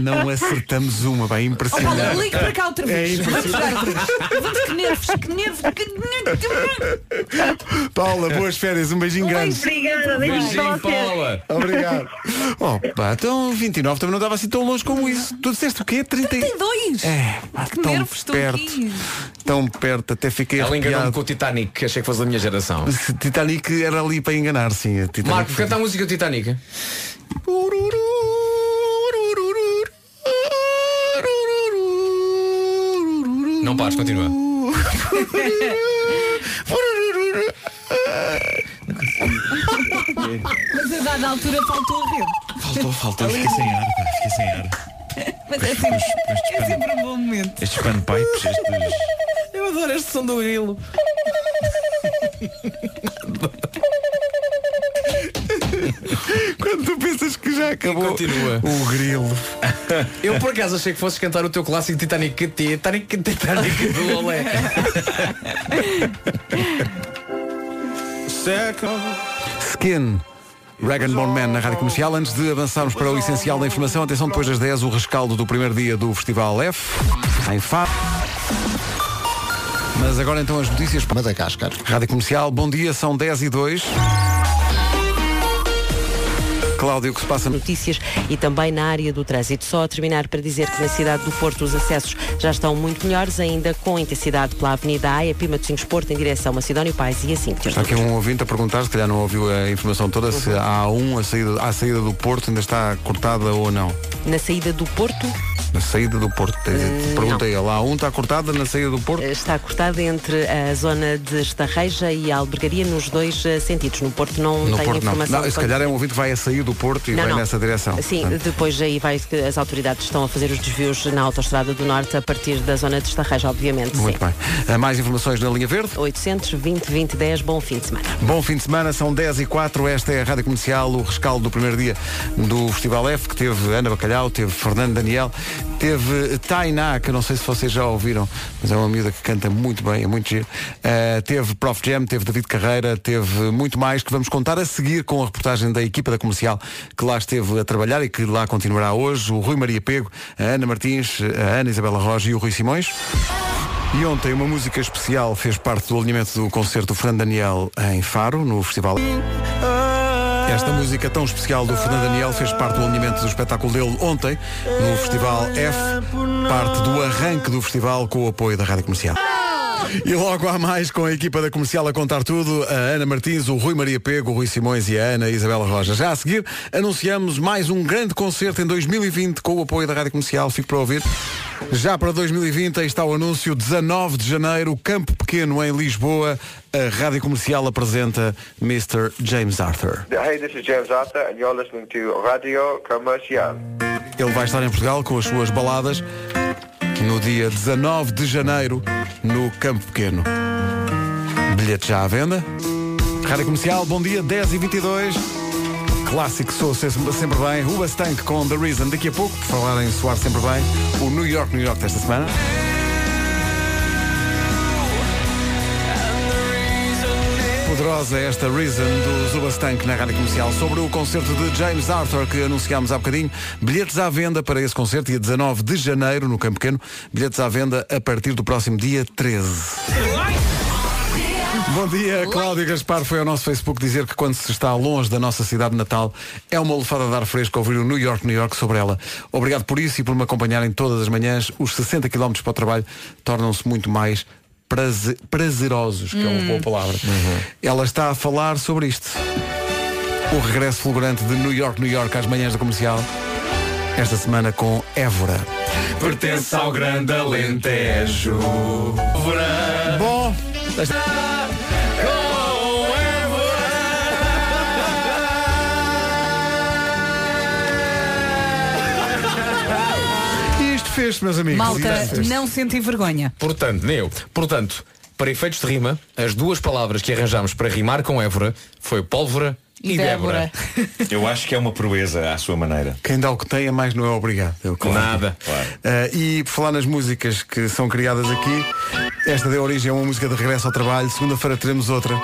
S1: Não acertamos uma, vai
S22: Ó,
S1: impressionante.
S22: Paulo, ligue para cá outra
S1: É
S22: vez. Vamos jogar
S1: impressionante.
S22: outra vez. Vamos, que nervos, que nervos, que nervos. que nervos.
S1: Paula, boas férias, um beijinho grande.
S20: Obrigada,
S22: Beijinho,
S20: beijinho para vocês.
S21: Paula.
S1: Obrigado. Oh, pá, então 29 também não estava assim tão longe como isso. Tu disseste o quê? 30...
S22: 32?
S1: É, pá,
S22: Que
S1: tão
S22: nervos, estou
S1: perto,
S22: aqui.
S1: tão perto, até fiquei
S21: Ela enganou-me
S1: arrepiado.
S21: com o Titanic, achei que fosse da minha geração.
S1: Se Titanic era ali para enganar, sim. a Titanic
S21: Marco, canta a música do Titanic. Não pares, continua.
S6: Mas a dada altura faltou a ver.
S9: Faltou, faltou, fiquei sem ar, pá, fiquei sem ar.
S6: Mas é sempre, é sempre um bom momento.
S9: Estes panpipes, estes.
S6: Eu adoro este som do grilo.
S1: Quando tu pensas que já acabou.
S21: Continua.
S1: O grilo.
S21: Eu por acaso achei que fosses cantar o teu clássico Titanic Titanic Titanic do Olé.
S1: Skin. Rag and Bone Man na Rádio Comercial. Antes de avançarmos para o essencial da informação, atenção, depois das 10, o rescaldo do primeiro dia do Festival F, em Fá. Mas agora então as notícias para Madagascar. Rádio Comercial, bom dia, são 10 e 2. Cláudio, o que se passa?
S5: Notícias e também na área do trânsito. Só a terminar para dizer que na cidade do Porto os acessos já estão muito melhores, ainda com intensidade pela Avenida A, Pima Matosinhos Porto, em direção a Macedónio Pais e assim.
S1: Está aqui um ouvinte a perguntar, se calhar não ouviu a informação toda, se a A1, a saída, a saída do Porto, ainda está cortada ou não.
S5: Na saída do Porto,
S1: Na saída do Porto,
S5: Hum,
S1: perguntei ele, a A1 está cortada na saída do Porto?
S5: eh, Está cortada entre a zona de Estarreja e a Albergaria nos dois eh, sentidos. No Porto não
S1: No
S5: tem
S1: Porto não.
S5: informação.
S1: não. Se
S5: quanto-
S1: calhar é um ouvinte que vai a sair do Porto e
S5: Não,
S1: vai
S5: não.
S1: nessa direção.
S5: Sim,
S1: Portanto,
S5: depois aí vai que as autoridades estão a fazer os desvios na Autostrada do Norte a partir da zona de Estarreja, obviamente.
S1: Muito
S5: sim.
S1: bem. Ah, Mais informações na linha verde?
S5: 820 20 10, bom fim de semana.
S1: Bom fim de semana, são 10 e 04 esta é a Rádio Comercial, o rescaldo do primeiro dia do Festival F, que teve Ana Bacalhau, teve Fernando Daniel, teve Tainá, que eu não sei se vocês já ouviram, mas é uma miúda que canta muito bem, é muito giro. Ah, teve Prof Jam, teve David Carreira, teve muito mais que vamos contar a seguir com a reportagem da equipa da comercial que lá esteve a trabalhar e que lá continuará hoje, o Rui Maria Pego, a Ana Martins, a Ana Isabela Roja e o Rui Simões. E ontem uma música especial fez parte do alinhamento do concerto do Fernando Daniel em Faro, no festival. Esta música tão especial do Fernando Daniel fez parte do alinhamento do espetáculo dele ontem, no Festival F, parte do arranque do festival com o apoio da Rádio Comercial. E logo há mais com a equipa da comercial a contar tudo, a Ana Martins, o Rui Maria Pego, o Rui Simões e a Ana Isabela Roja. Já a seguir, anunciamos mais um grande concerto em 2020 com o apoio da Rádio Comercial. Fico para ouvir. Já para 2020 aí está o anúncio 19 de janeiro, Campo Pequeno em Lisboa. A Rádio Comercial apresenta Mr. James Arthur.
S3: Hey, this is James Arthur, and you're listening to Radio Comercial.
S1: Ele vai estar em Portugal com as suas baladas no dia 19 de janeiro no Campo Pequeno. Bilhete já à venda. Rádio Comercial, bom dia, 10 e 22 Clássico sou sempre sempre bem. Ruba Stank com The Reason. Daqui a pouco, por falar em soar sempre bem, o New York, New York desta semana. Poderosa esta Reason do Zubastank na Rádio Comercial sobre o concerto de James Arthur que anunciámos há bocadinho. Bilhetes à venda para esse concerto dia 19 de janeiro no Campo Pequeno. Bilhetes à venda a partir do próximo dia 13. Bom dia, Cláudio Gaspar foi ao nosso Facebook dizer que quando se está longe da nossa cidade natal é uma lefada de ar fresco ouvir o New York, New York sobre ela. Obrigado por isso e por me acompanharem todas as manhãs. Os 60 km para o trabalho tornam-se muito mais praze- prazerosos, que é uma
S18: Hum.
S1: boa palavra. Ela está a falar sobre isto. O regresso fulgurante de New York, New York às manhãs da comercial. Esta semana com Évora.
S2: Pertence ao grande Alentejo.
S1: Bom. Isto fez, meus amigos.
S6: Malta,
S21: Exato.
S6: não sentem vergonha.
S21: Portanto, nem eu. Portanto, para efeitos de rima, as duas palavras que arranjámos para rimar com Évora foi pólvora e, Débora.
S9: Eu acho que é uma proeza à sua maneira.
S1: Quem dá o que tem a mais não é obrigado. Eu, claro.
S9: Nada.
S1: Eh, e por falar nas músicas que são criadas aqui, esta deu origem a uma música de regresso ao trabalho. Segunda-feira teremos outra.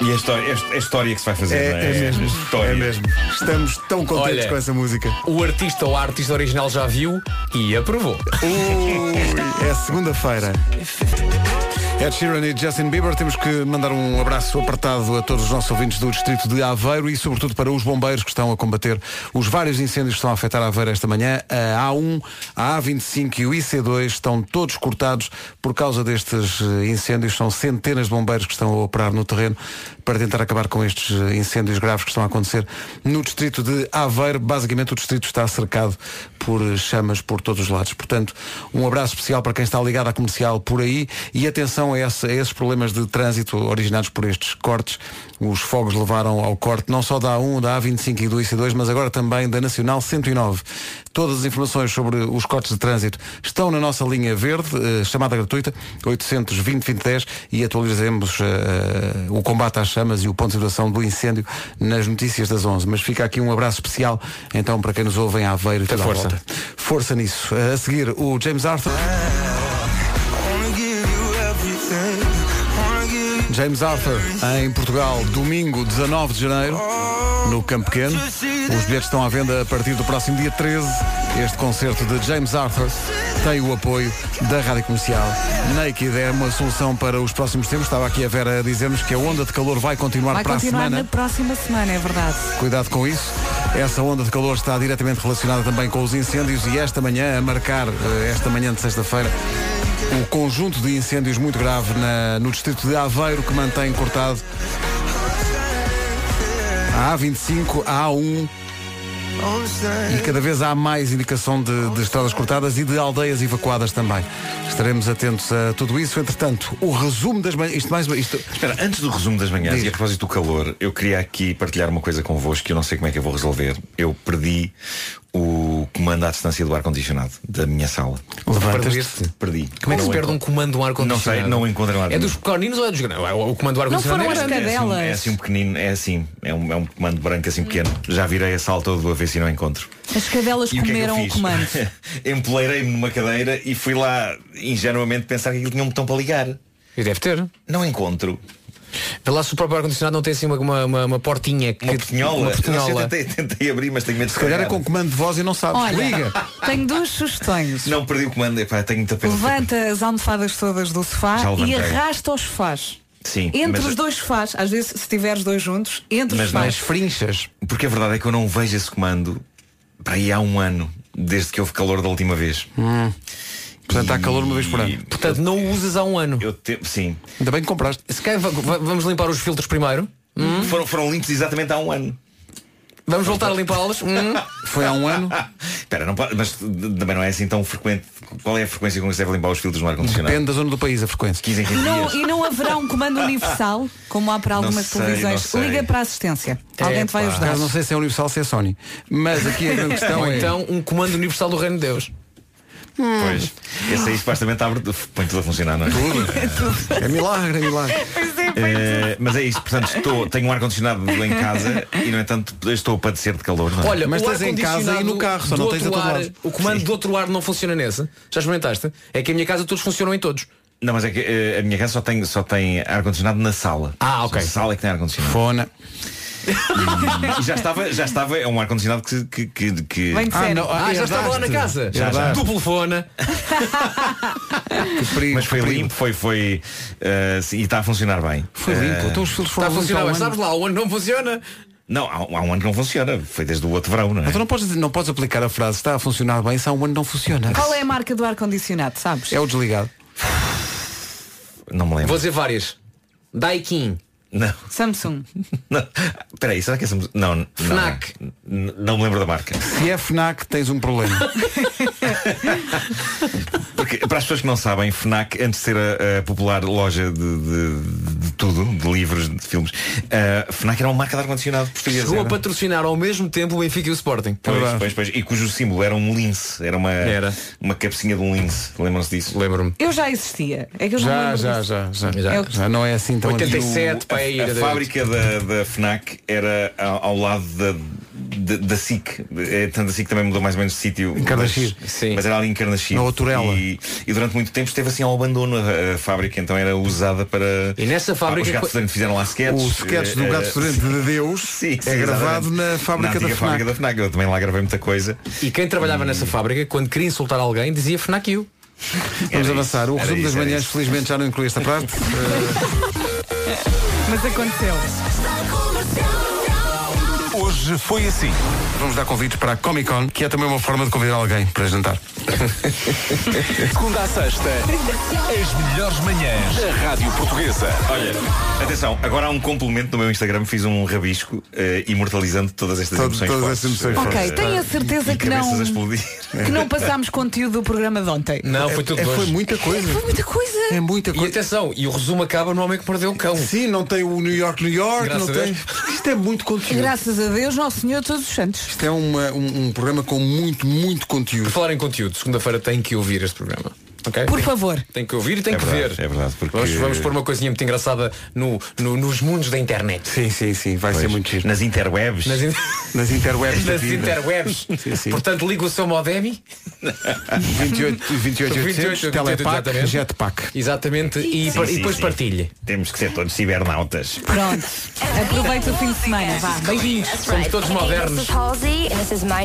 S9: E a história, a hist- a história que se vai fazer,
S1: É-
S9: não
S1: é mesmo,
S9: História.
S1: é mesmo. Estamos tão contentes
S21: Olha,
S1: com essa música.
S21: O artista ou a artista original já viu e aprovou.
S1: Ui, é segunda-feira. Ed Sheeran e Justin Bieber, temos que mandar um abraço apertado a todos os nossos ouvintes do Distrito de Aveiro e sobretudo para os bombeiros que estão a combater os vários incêndios que estão a afetar Aveiro esta manhã. A A1, a A25 e o IC2 estão todos cortados por causa destes eh, incêndios. São centenas de bombeiros que estão a operar no terreno para tentar acabar com estes eh, incêndios graves que estão a acontecer no Distrito de Aveiro. Basicamente o Distrito está cercado por eh, chamas por todos os lados. Portanto, um abraço especial para quem está ligado à comercial por aí e atenção a, esse- a esses problemas de trânsito originados por estes cortes. Os fogos levaram ao corte não só da A1, da A25 e do IC2, mas agora também da Nacional 109. Todas as informações sobre os cortes de trânsito estão na nossa linha verde, eh, chamada gratuita, 820-2010, e atualizaremos eh, o combate às chamas e o ponto de situação do incêndio nas notícias das 11. Mas fica aqui um abraço especial, então, para quem nos ouve em Aveiro. e toda a
S21: força.
S1: volta. Força nisso. A seguir, o James Arthur. James Arthur, em Portugal, domingo 19 de janeiro, no Campo Pequeno. Os bilhetes estão à venda a partir do próximo dia 13. Este concerto de James Arthur tem o apoio da Rádio Comercial. Naked é uma solução para os próximos tempos. Estava aqui a Vera a dizer-nos que a onda de calor vai continuar
S6: Vai
S1: para a
S6: continuar
S1: semana.
S6: na próxima semana, é verdade.
S1: Cuidado com isso. Essa onda de calor está diretamente relacionada também com os incêndios e esta manhã, a marcar eh, esta manhã de sexta-feira, o conjunto de incêndios muito grave na- no distrito de Aveiro que mantém cortado a A25, a A1 e cada vez há mais indicação de, de estradas cortadas e de aldeias evacuadas também. Estaremos atentos a tudo isso. Entretanto, o resumo das manhãs. Isto mais. Isto...
S9: Espera, antes do resumo das manhãs
S1: Diz.
S9: e a propósito do calor, eu queria aqui partilhar uma coisa convosco que eu não sei como é que eu vou resolver. Eu perdi o comando à distância do ar-condicionado da minha sala.
S21: Levantaste-te?
S9: Perdi.
S21: Como é que se
S9: Não
S21: perde um comando ar condicionado?
S9: Não sei, não encontro em lado
S21: É
S9: nenhum.
S21: dos pequeninos ou é dos grandes? O comando ar condicionado é grande.
S9: É assim, um- é assim um pequenino, é assim, é um, é um comando branco assim pequeno. Já virei a sala todo do avesso e não encontro.
S6: As cadelas
S9: E o que é que eu
S6: comeram o,
S9: fiz?
S6: comando.
S9: Empoleirei-me numa cadeira e fui lá ingenuamente pensar que aquilo tinha um botão para ligar.
S21: E deve ter.
S9: Não encontro.
S21: Vê lá se o próprio ar-condicionado não tem assim uma, uma, uma- uma portinha que. Uma
S9: Tinhola.
S21: Uma
S9: Não sei, eu
S21: portinhola.
S9: tentei, tentei abrir, mas tenho medo de
S1: Se calhar é
S9: estragar.
S1: com comando de voz e não sabes.
S6: Olha,
S1: Liga!
S6: tenho duas sugestões.
S9: Não perdi o comando, epá, tenho muita pena.
S6: Levanta as almofadas todas do sofá
S9: Já
S6: e
S9: levantei.
S6: arrasta os sofás.
S9: Sim,
S6: Entre
S9: mas-
S6: os dois sofás, às vezes se tiveres dois juntos, entre os
S9: Mas
S6: sofás.
S9: nas
S1: frinchas.
S9: Porque a verdade é que eu não vejo esse comando para aí há um ano, desde que houve calor da última vez.
S1: Hum. Portanto, há calor uma vez por ano.
S4: Portanto, não o usas há um ano.
S9: Eu te... Sim.
S1: Ainda bem que compraste.
S4: Se calhar va- va- vamos limpar os filtros primeiro.
S9: Foram, foram limpos exatamente há um ano.
S4: Vamos voltar a limpá-los. Hum.
S1: Foi há um ano?
S9: Espera, não pode- mas t- também não é assim tão frequente. Qual é a frequência com que se deve limpar os filtros no ar-condicionado?
S1: Depende da zona do país, a frequência.
S9: 15 em 15
S6: Não-
S9: dias.
S6: e não haverá um comando universal, como há para
S9: Não
S6: algumas
S9: sei, não
S6: televisões.
S9: sei.
S6: Liga para a assistência. Alguém te vai
S1: Por
S6: ajudar.
S1: acaso, Não sei se é Universal ou se é Sony. Mas aqui a grande questão
S4: Ou
S1: é.
S4: então um comando universal do reino de Deus.
S9: Pois. Esse aí supostamente abre. Põe tudo a funcionar, não é?
S1: É milagre, é milagre.
S9: Eh, mas é isto, portanto, estou, tenho um ar-condicionado em casa e, no entanto, estou a padecer de calor. Não é?
S4: Olha,
S1: Ah. Mas
S4: o
S1: tens em casa e no carro, só
S4: do
S1: não tens a
S4: outro
S1: todo
S4: ar,
S1: lado.
S4: O comando do outro ar não funciona nesse. Já experimentaste? É que a minha casa todos funcionam em todos.
S9: Não, mas é que eh, a minha casa só tem, só tem ar-condicionado na sala.
S4: Ah, ok.
S9: Só A sala é que tem ar-condicionado.
S1: Fona.
S9: E já estava, já estava, é um ar-condicionado que. que, que, que-
S6: Vem de sério.
S4: Ah,
S1: é
S4: já estava lá na casa.
S9: Já, já.
S4: Duplo fona.
S1: Tá
S9: mas foi limpo, foi, foi. eh, sim, e está a funcionar bem.
S1: Foi limpo. Então os filtros
S4: É. Está
S1: foram
S4: a funcionar. Mas
S1: limpos há um
S4: tá sabes
S1: ano.
S4: lá, o ano não funciona.
S9: Não, há, há um ano que não funciona. Foi desde o outro verão, não é?
S1: Então não podes, dizer- não podes aplicar a frase está a funcionar bem se há um ano não funciona.
S6: Qual é a marca do ar-condicionado, sabes?
S1: É o desligado.
S9: Não me lembro.
S4: Vou dizer várias. Daikin.
S9: Não,
S6: Samsung.
S9: não. Peraí, será que é Samsung? Não, não.
S4: Fnac.
S9: N- Não, me lembro da marca.
S1: Se é FNAC tens um problema.
S9: Porque, para as pessoas que não sabem, FNAC, antes de ser a, a popular loja de, de- de tudo, de livros, de filmes, eh, FNAC era uma marca de ar-condicionado portuguesa.
S4: Chegou a
S9: era?
S4: patrocinar ao mesmo tempo o Benfica e o Sporting.
S1: É
S9: Pois, pois, pois. E cujo símbolo era um lince, era uma,
S4: Era.
S9: uma cabecinha de um lince. Lembram-se disso?
S4: Lembro-me.
S6: Eu já existia. É
S4: um
S6: que eu não me
S1: já,
S6: lembro
S1: já,
S6: disso.
S1: já, já,
S4: Já.
S6: Eu-
S1: Já não é assim tão
S4: 80
S9: E o-
S4: 37 para
S9: a-
S4: é ir
S9: A,
S4: de-
S9: fábrica da, da FNAC era ao, ao lado da, da, da SIC. É, Tanto a SIC também mudou mais ou menos de sítio. Em
S1: Carnaxide.
S9: Mas,
S4: Sim.
S9: mas era ali em Carnaxide.
S1: Na Outurela.
S9: E, e durante muito tempo esteve assim ao abandono a, a fábrica, então era usada para.
S4: E nessa fábrica
S9: Os gatos
S4: foi-
S9: de fizeram lá sketches.
S1: O sketch do
S9: eh,
S1: gato
S9: eh,
S1: estudante de Deus
S9: Sim, sim,
S1: é gravado
S9: exatamente.
S1: na fábrica
S9: na
S1: da
S9: antiga
S1: FNAC.
S9: fábrica da FNAC. Eu também lá gravei muita coisa.
S4: E quem trabalhava nessa fábrica, quando queria insultar alguém, dizia FNAC U.
S1: Vamos
S9: Era
S1: avançar.
S9: isso,
S1: O
S9: era
S1: resumo das
S9: isso, era
S1: manhãs,
S9: isso.
S1: felizmente, já não inclui esta parte.
S6: Mas aconteceu.
S23: Hoje foi assim.
S1: Vamos dar convites para a Comic Con, que é também uma forma de convidar alguém para jantar.
S23: Segunda à sexta, as melhores manhãs da Rádio Portuguesa. Olha,
S9: Atenção, agora há um complemento no meu Instagram, fiz um rabisco eh, imortalizando todas estas
S1: Todo-
S9: emoções.
S1: todas
S9: fortes.
S1: estas emoções
S9: Eh,
S6: Ok, tenho a certeza
S9: e
S6: que não,
S9: cabeças a explodir.
S6: que não passámos conteúdo do programa de ontem.
S4: Não, foi tudo
S1: É,
S4: dois.
S1: foi muita coisa.
S6: Foi muita coisa.
S1: É muita
S4: E
S1: coisa.
S4: atenção, e o resumo acaba no homem que perdeu o cão.
S1: Sim, não tem o New York, New York,
S4: é- Graças
S1: não
S4: a
S1: tem. Isto é muito conteúdo.
S6: Graças a Deus, Nosso Senhor de Todos os Santos.
S1: Isto é uma- um, um programa com muito, muito
S4: Por
S1: conteúdo.
S4: falar em conteúdo, segunda-feira tem que ouvir este programa.
S1: É
S4: ok?
S6: Por favor.
S4: Tem que ouvir e tem
S9: É
S4: que
S9: verdade,
S4: ver.
S9: é verdade, porque-
S4: vamos, vamos pôr uma coisinha muito engraçada no, no- nos mundos da internet.
S1: Sim, sim, sim. Vai ser muito giro.
S9: Nas interwebs.
S4: Nas, in-
S1: Nas interwebs. da
S4: nas
S1: vida.
S4: interwebs.
S1: Sim, sim.
S4: Portanto, liga o seu modem.
S1: 28, 28,
S4: 28,
S1: 800, telepack,
S4: exatamente.
S1: jetpack.
S4: Exatamente. E,
S9: Sim,
S4: par-
S9: sim,
S4: e depois
S9: sim.
S4: partilhe.
S9: Temos que ser todos cibernautas.
S6: Pronto. Aproveita o fim de semana. Vá.
S4: Beijinhos. Somos todos
S3: Hey,
S4: modernos.
S3: this is Halsey, and this is my